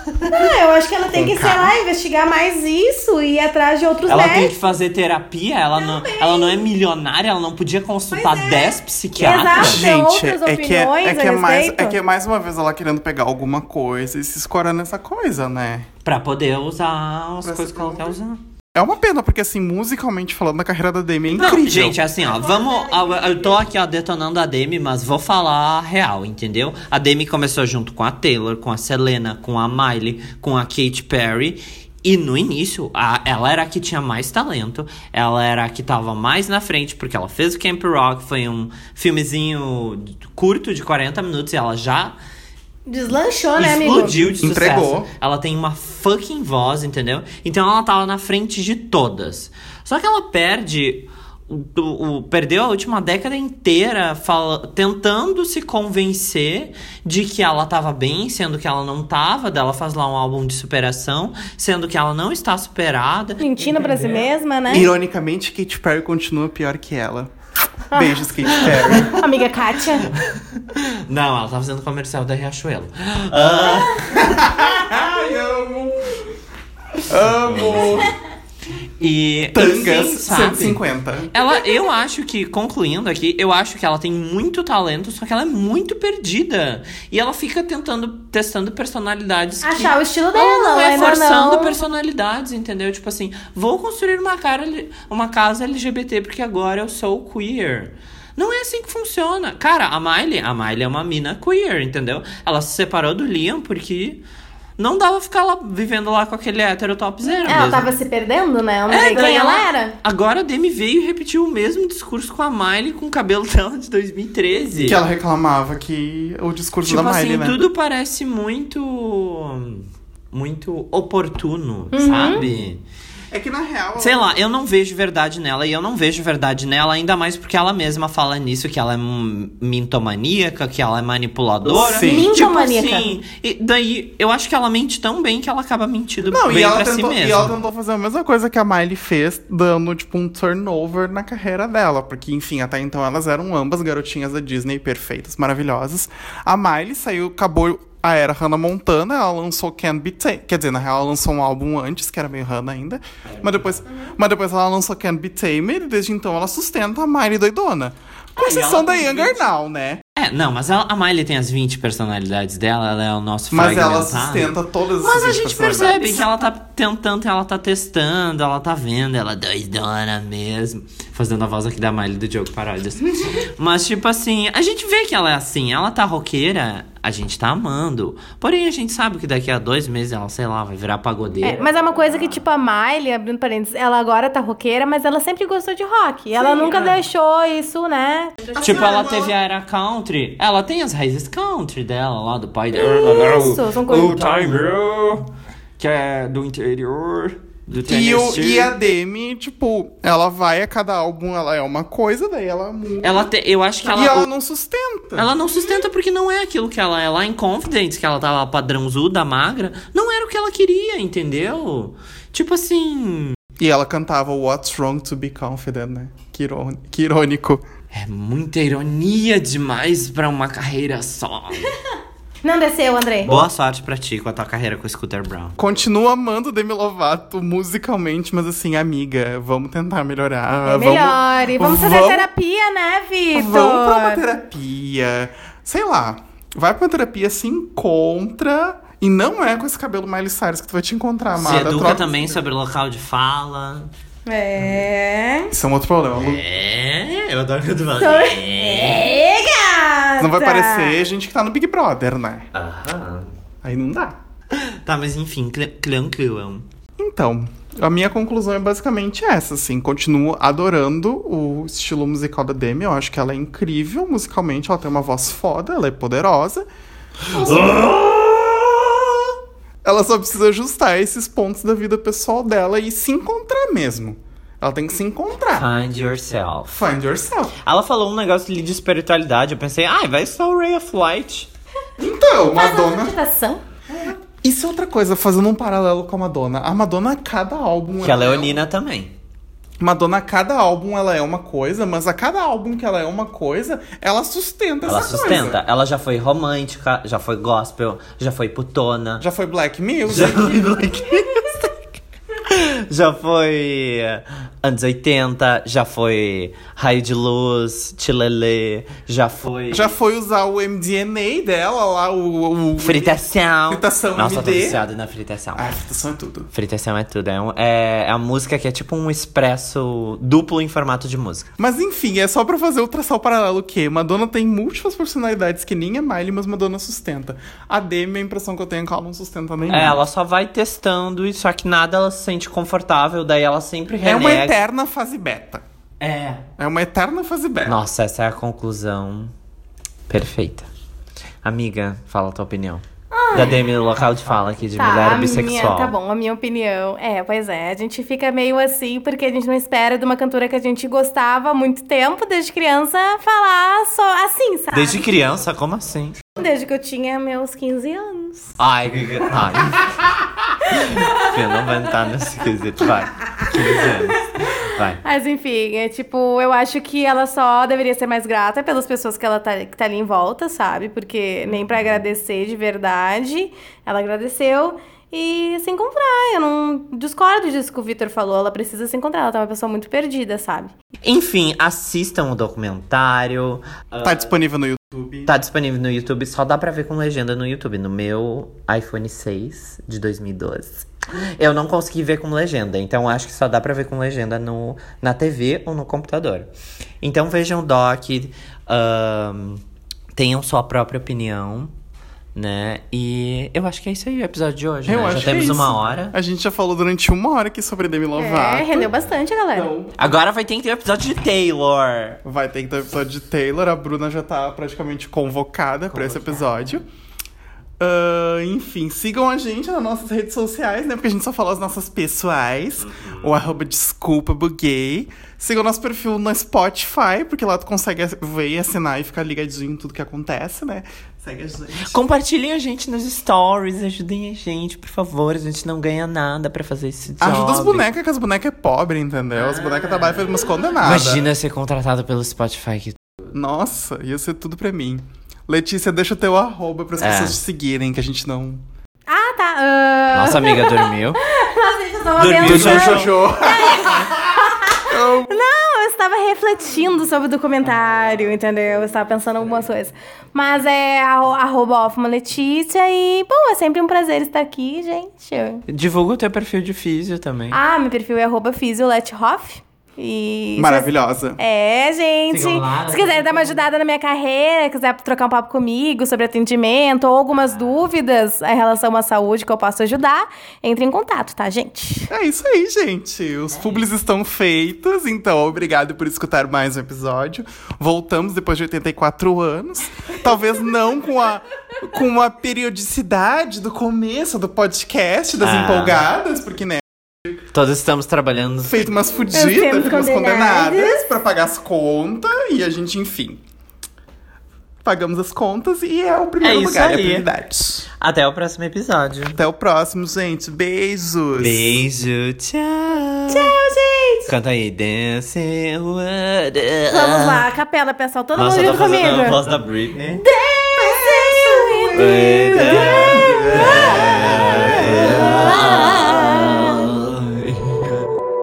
Speaker 1: Não, Ah, eu acho que ela tem
Speaker 3: Com
Speaker 1: que, sei lá, investigar mais isso e ir atrás de outros né?
Speaker 2: Ela tem
Speaker 1: médicos.
Speaker 2: que fazer terapia, ela não, ela não é milionária, ela não podia consultar 10 psiquiatras.
Speaker 1: Exato. Ah, tem outras
Speaker 3: é que, é,
Speaker 1: opiniões
Speaker 3: é que
Speaker 1: a
Speaker 3: é mais,
Speaker 1: respeito?
Speaker 3: é que é mais uma vez ela querendo pegar alguma coisa e se escorar nessa coisa, né?
Speaker 2: Pra poder usar as
Speaker 3: Pra
Speaker 2: coisas que ela quer usar.
Speaker 3: É uma pena, porque assim, musicalmente falando, a carreira da Demi é
Speaker 2: Não,
Speaker 3: incrível.
Speaker 2: gente, assim, ó, vamos. a- Eu tô aqui, ó, detonando a Demi, mas vou falar a real, entendeu? A Demi começou junto com a Taylor, com a Selena, com a Miley, com a Katy Perry. E no início, a- ela era a que tinha mais talento, ela era a que tava mais na frente, porque ela fez o Camp Rock, foi um filmezinho curto de 40 minutos e ela já
Speaker 1: Deslanchou, né, amigo?
Speaker 2: explodiu de sucesso.
Speaker 3: Entregou.
Speaker 2: Ela tem uma fucking voz, entendeu? Então ela tava na frente de todas. Só que ela perde. o- o- o- perdeu a última década inteira fala- tentando se convencer de que ela tava bem, sendo que ela não tava. Dela faz lá um álbum de superação, sendo que ela não está superada.
Speaker 1: Mentindo
Speaker 2: É.
Speaker 1: pra si mesma, né?
Speaker 3: Ironicamente, Katy Perry continua pior que ela. Beijos, Katy Perry.
Speaker 1: Amiga Kátia.
Speaker 2: Não, ela tá fazendo comercial da Riachuelo.
Speaker 1: Ah.
Speaker 2: Ah,
Speaker 3: Ai, amo! Amo!
Speaker 2: E.
Speaker 3: Tangas
Speaker 2: enfim, sabe?
Speaker 3: 150.
Speaker 2: Ela, eu acho que, concluindo aqui, eu acho que ela tem muito talento, só que ela é muito perdida. E ela fica tentando, testando personalidades.
Speaker 1: Achar
Speaker 2: que...
Speaker 1: o estilo dela,
Speaker 2: Ela não é
Speaker 1: ainda
Speaker 2: forçando
Speaker 1: Ah, tá. não.
Speaker 2: personalidades, entendeu? Tipo assim, vou construir uma, cara, uma casa LGBT porque agora eu sou queer. Não é assim que funciona. Cara, a Miley, a Miley é uma mina queer, entendeu? Ela se separou do Liam porque não dava ficar lá vivendo lá com aquele hétero top zero.
Speaker 1: Ela
Speaker 2: mesmo.
Speaker 1: tava se perdendo, né? Eu
Speaker 3: É,
Speaker 1: não sei
Speaker 2: daí
Speaker 1: quem
Speaker 3: então.
Speaker 1: ela era.
Speaker 2: Agora a Demi veio e repetiu o mesmo discurso com a Miley com o cabelo dela de 2013.
Speaker 3: Que ela reclamava que o discurso
Speaker 2: tipo
Speaker 3: da Miley,
Speaker 2: assim,
Speaker 3: né?
Speaker 2: tudo
Speaker 1: Uhum.
Speaker 2: parece muito. muito oportuno, sabe?
Speaker 3: É que na real.
Speaker 2: Sei lá, eu não vejo verdade nela e eu não vejo verdade nela, ainda mais porque ela mesma fala nisso, que ela é hum, mintomaníaca, que ela é manipuladora.
Speaker 3: Sim.
Speaker 1: Mintomaníaca.
Speaker 2: Tipo assim, e daí eu acho que ela mente tão bem que ela acaba mentindo
Speaker 3: Não,
Speaker 2: bem
Speaker 3: e ela,
Speaker 2: pra si
Speaker 3: tentou,
Speaker 2: mesma.
Speaker 3: e ela tentou fazer a mesma coisa que a Miley fez, dando, tipo, um turnover na carreira dela. Porque, enfim, até então elas eram ambas garotinhas da Disney, perfeitas, maravilhosas. A Miley saiu, acabou a era Hannah Montana, ela lançou Can't Be Taken. Quer dizer, na real, ela lançou um álbum antes, que era meio Hannah ainda. Mas depois, mas depois ela lançou Can't Be Tamed, e desde então ela sustenta a Miley doidona. Com
Speaker 2: Ah, e
Speaker 3: exceção
Speaker 2: ela
Speaker 3: da
Speaker 2: tem
Speaker 3: Younger
Speaker 2: 20.
Speaker 3: Now, né?
Speaker 2: É, não, mas ela- a Miley tem as 20 personalidades dela, ela é o nosso
Speaker 3: Mas ela
Speaker 2: fragmentado.
Speaker 3: sustenta todas
Speaker 2: Mas a
Speaker 3: essas
Speaker 2: gente
Speaker 3: personalidades.
Speaker 2: percebe que ela tá tentando, ela tá testando, ela tá vendo, ela é doidona mesmo. Fazendo a voz aqui da Miley do Diogo Paródias. Mas, tipo assim, a gente vê que ela é assim, ela tá roqueira, a gente tá amando. Porém, a gente sabe que daqui a dois meses ela, sei lá, vai virar pagodeira.
Speaker 1: É, mas é uma coisa que, tipo, a Miley, abrindo parênteses, ela agora tá roqueira, mas ela sempre gostou de rock. E ela nunca deixou isso, né?
Speaker 2: Tipo, ela teve a era country. Ela tem as raízes country dela, lá do pai dela. né?
Speaker 1: Isso, são coisas.
Speaker 2: que é do interior do
Speaker 3: E, o- e a Demi, tipo, ela vai a cada álbum, ela é uma coisa, daí ela muda.
Speaker 2: Ela te- eu acho que ela,
Speaker 3: e ela não sustenta.
Speaker 2: ela não sustenta porque não é aquilo que ela é. Lá em Confidence, que ela tá tava padrãozuda, magra, não era o que ela queria, entendeu? Tipo assim.
Speaker 3: E ela cantava What's Wrong to Be Confident, né? Que, irôni- que irônico.
Speaker 2: É muita ironia demais pra uma carreira só.
Speaker 1: Não desceu, Andrei.
Speaker 2: Boa sorte pra ti com a tua carreira com o Scooter Brown.
Speaker 3: Continuo amando Demi Lovato musicalmente, mas assim, amiga, vamos tentar melhorar.
Speaker 1: É melhor. E vamos fazer
Speaker 3: vamos-
Speaker 1: terapia, né, Vitor?
Speaker 3: Vamos, vamos pra uma terapia. Sei lá. Vai pra uma terapia, se encontra. E não é com esse cabelo Miley Cyrus que tu vai te encontrar,
Speaker 2: Se
Speaker 3: amada.
Speaker 2: educa
Speaker 3: Troca-
Speaker 2: também sobre o local de fala.
Speaker 1: É.
Speaker 3: Isso é um outro problema. Lu-
Speaker 2: É, eu adoro quando
Speaker 1: Então-
Speaker 2: fala. É.
Speaker 1: É, gata!
Speaker 3: Não vai parecer gente que tá no Big Brother, né?
Speaker 2: Aham.
Speaker 3: Aí não dá.
Speaker 2: Tá, mas enfim, cl- tranquilo.
Speaker 3: Então, a minha conclusão é basicamente essa, assim. Continuo adorando o estilo musical da Demi. Eu acho que ela é incrível musicalmente. Ela tem uma voz foda, ela é poderosa. Ela só precisa ajustar esses pontos da vida pessoal dela e se encontrar mesmo. Ela tem que se encontrar.
Speaker 2: Find yourself.
Speaker 3: Find yourself.
Speaker 2: Ela falou um negócio ali de espiritualidade. Eu pensei, ai, vai só o Ray of Light.
Speaker 3: Então,
Speaker 1: Faz uma
Speaker 3: Madonna.
Speaker 1: meditação.
Speaker 3: Isso é outra coisa, fazendo um paralelo com a Madonna. A Madonna, a cada álbum.
Speaker 2: Que a
Speaker 3: ela é
Speaker 2: Leonina também.
Speaker 3: Madonna, a cada álbum ela é uma coisa, mas a cada álbum que ela é uma coisa, ela sustenta
Speaker 2: Ela
Speaker 3: essa
Speaker 2: sustenta.
Speaker 3: coisa.
Speaker 2: Ela já foi romântica, já foi gospel, já foi putona.
Speaker 3: Já foi Black
Speaker 2: Já
Speaker 3: Music,
Speaker 2: foi black music. Já foi eh, anos 80, já foi Raio de Luz, Tilelê, já foi
Speaker 3: já foi usar o MDNA dela lá, o. o
Speaker 2: Fritação.
Speaker 3: Fritação
Speaker 2: Nossa, eu tô
Speaker 3: MD.
Speaker 2: viciado na fritação.
Speaker 3: Então, Ah, fritação é tudo.
Speaker 2: Fritação é tudo. É, um- é, é a música que é tipo um expresso duplo em formato de música.
Speaker 3: Mas enfim, é só pra fazer o traçar o paralelo que Madonna tem múltiplas personalidades que nem a Miley, mas Madonna sustenta. A Demi, a impressão que eu tenho é que ela não sustenta nenhuma.
Speaker 2: É, ela só vai testando e só que nada ela se sente confortável, daí ela sempre
Speaker 3: é uma
Speaker 2: renega.
Speaker 3: eterna fase beta.
Speaker 2: É.
Speaker 3: É uma eterna fase beta.
Speaker 2: Nossa, essa é a conclusão perfeita. Amiga, fala a tua opinião. Da Demi no local de fala aqui de mulher
Speaker 1: Tá, a
Speaker 2: bissexual.
Speaker 1: Minha, tá bom, a minha opinião. É, pois é, a gente fica meio assim porque a gente não espera de uma cantora que a gente gostava há muito tempo, desde criança, falar só assim, sabe?
Speaker 2: Desde criança, como assim?
Speaker 1: Desde que eu tinha meus 15 anos.
Speaker 2: Ai, que- ai. Eu não vou entrar nesse quesito, vai. 15 anos. Vai.
Speaker 1: Mas enfim, é tipo, eu acho que ela só deveria ser mais grata pelas pessoas que ela tá, que tá ali em volta, sabe? Porque nem pra agradecer de verdade, ela agradeceu e se encontrar. Eu não discordo disso que o Vitor falou, ela precisa se encontrar, ela tá uma pessoa muito perdida, sabe?
Speaker 2: Enfim, assistam o documentário.
Speaker 3: Tá disponível no YouTube.
Speaker 2: Tá disponível no YouTube, só dá pra ver com legenda no YouTube. No meu iPhone 6 de 2012. Eu não consegui ver com legenda, então acho que só dá pra ver com legenda no, na TV ou no computador. Então vejam o doc, ahn, tenham sua própria opinião, né? E eu acho que é isso aí o episódio de hoje,
Speaker 3: Eu
Speaker 2: né?
Speaker 3: acho
Speaker 2: Já
Speaker 3: que é
Speaker 2: temos
Speaker 3: isso.
Speaker 2: uma hora.
Speaker 3: A gente já falou durante uma hora aqui sobre Demi Lovato.
Speaker 1: É, rendeu bastante, galera.
Speaker 3: Então,
Speaker 2: Agora vai ter que ter o episódio de Taylor.
Speaker 3: Vai ter um que ter o episódio de Taylor. A Bruna já tá praticamente convocada pra esse episódio. Ah, enfim, sigam a gente nas nossas redes sociais, né? Porque a gente só fala as nossas pessoais. O arroba desculpa, buguei. Sigam nosso perfil no Spotify, porque lá tu consegue ver, assinar e ficar ligadinho em tudo que acontece, né? Segue a gente.
Speaker 2: Compartilhem a gente nos stories, ajudem a gente, por favor. A gente não ganha nada pra fazer esse job.
Speaker 3: Ajuda as bonecas, que as bonecas é pobre, entendeu? As bonecas trabalham pra umas condenadas.
Speaker 2: Imagina ser contratado pelo Spotify. Que...
Speaker 3: Nossa, ia ser tudo pra mim. Letícia, deixa o teu arroba pras
Speaker 2: É.
Speaker 3: pessoas te seguirem, que a gente não.
Speaker 1: Ah, tá. ah,
Speaker 2: Nossa amiga dormiu.
Speaker 1: Nossa, gente, eu tava
Speaker 6: Dormiu,
Speaker 1: pensando.
Speaker 6: Jojo.
Speaker 1: Não, eu estava refletindo sobre o documentário, entendeu? Eu estava pensando em algumas coisas. Mas é arro- arroba Hoffman Letícia e, bom, é sempre um prazer estar aqui, gente.
Speaker 2: Divulga o teu perfil de físio também.
Speaker 1: Ah, meu perfil é arroba fisiolethhoff. E...
Speaker 3: Maravilhosa.
Speaker 1: É, gente.
Speaker 2: Sigam lá,
Speaker 1: Se quiser dar uma ajudada na minha carreira, quiser trocar um papo comigo sobre atendimento ou
Speaker 2: Ah.
Speaker 1: algumas dúvidas em relação à saúde que eu posso ajudar, entre em contato, tá, gente?
Speaker 3: É isso aí, gente. Os publis estão feitos, então obrigado por escutar mais um episódio. Voltamos depois de 84 anos. Talvez não com a, com a periodicidade do começo do podcast, das
Speaker 2: Ah.
Speaker 3: empolgadas, porque, né,
Speaker 2: Todos estamos trabalhando.
Speaker 3: feito umas
Speaker 1: Nós
Speaker 3: fudidas,
Speaker 1: temos
Speaker 3: feito umas
Speaker 1: condenadas.
Speaker 3: condenadas pra pagar as contas e a gente, enfim. Pagamos as contas e é o primeiro
Speaker 2: É isso
Speaker 3: lugar, é a
Speaker 2: aí.
Speaker 3: prioridade.
Speaker 2: Até o próximo episódio.
Speaker 3: Até o próximo, gente. Beijos.
Speaker 2: Beijo, tchau.
Speaker 1: Tchau, gente!
Speaker 2: Canta aí, dance.
Speaker 1: Vamos
Speaker 2: Vamos
Speaker 1: lá, capela, pessoal, todo
Speaker 2: É. Nossa,
Speaker 1: mundo
Speaker 2: eu
Speaker 1: junto
Speaker 2: tô fazendo a
Speaker 1: comigo.
Speaker 2: voz da Britney.
Speaker 1: Dancing with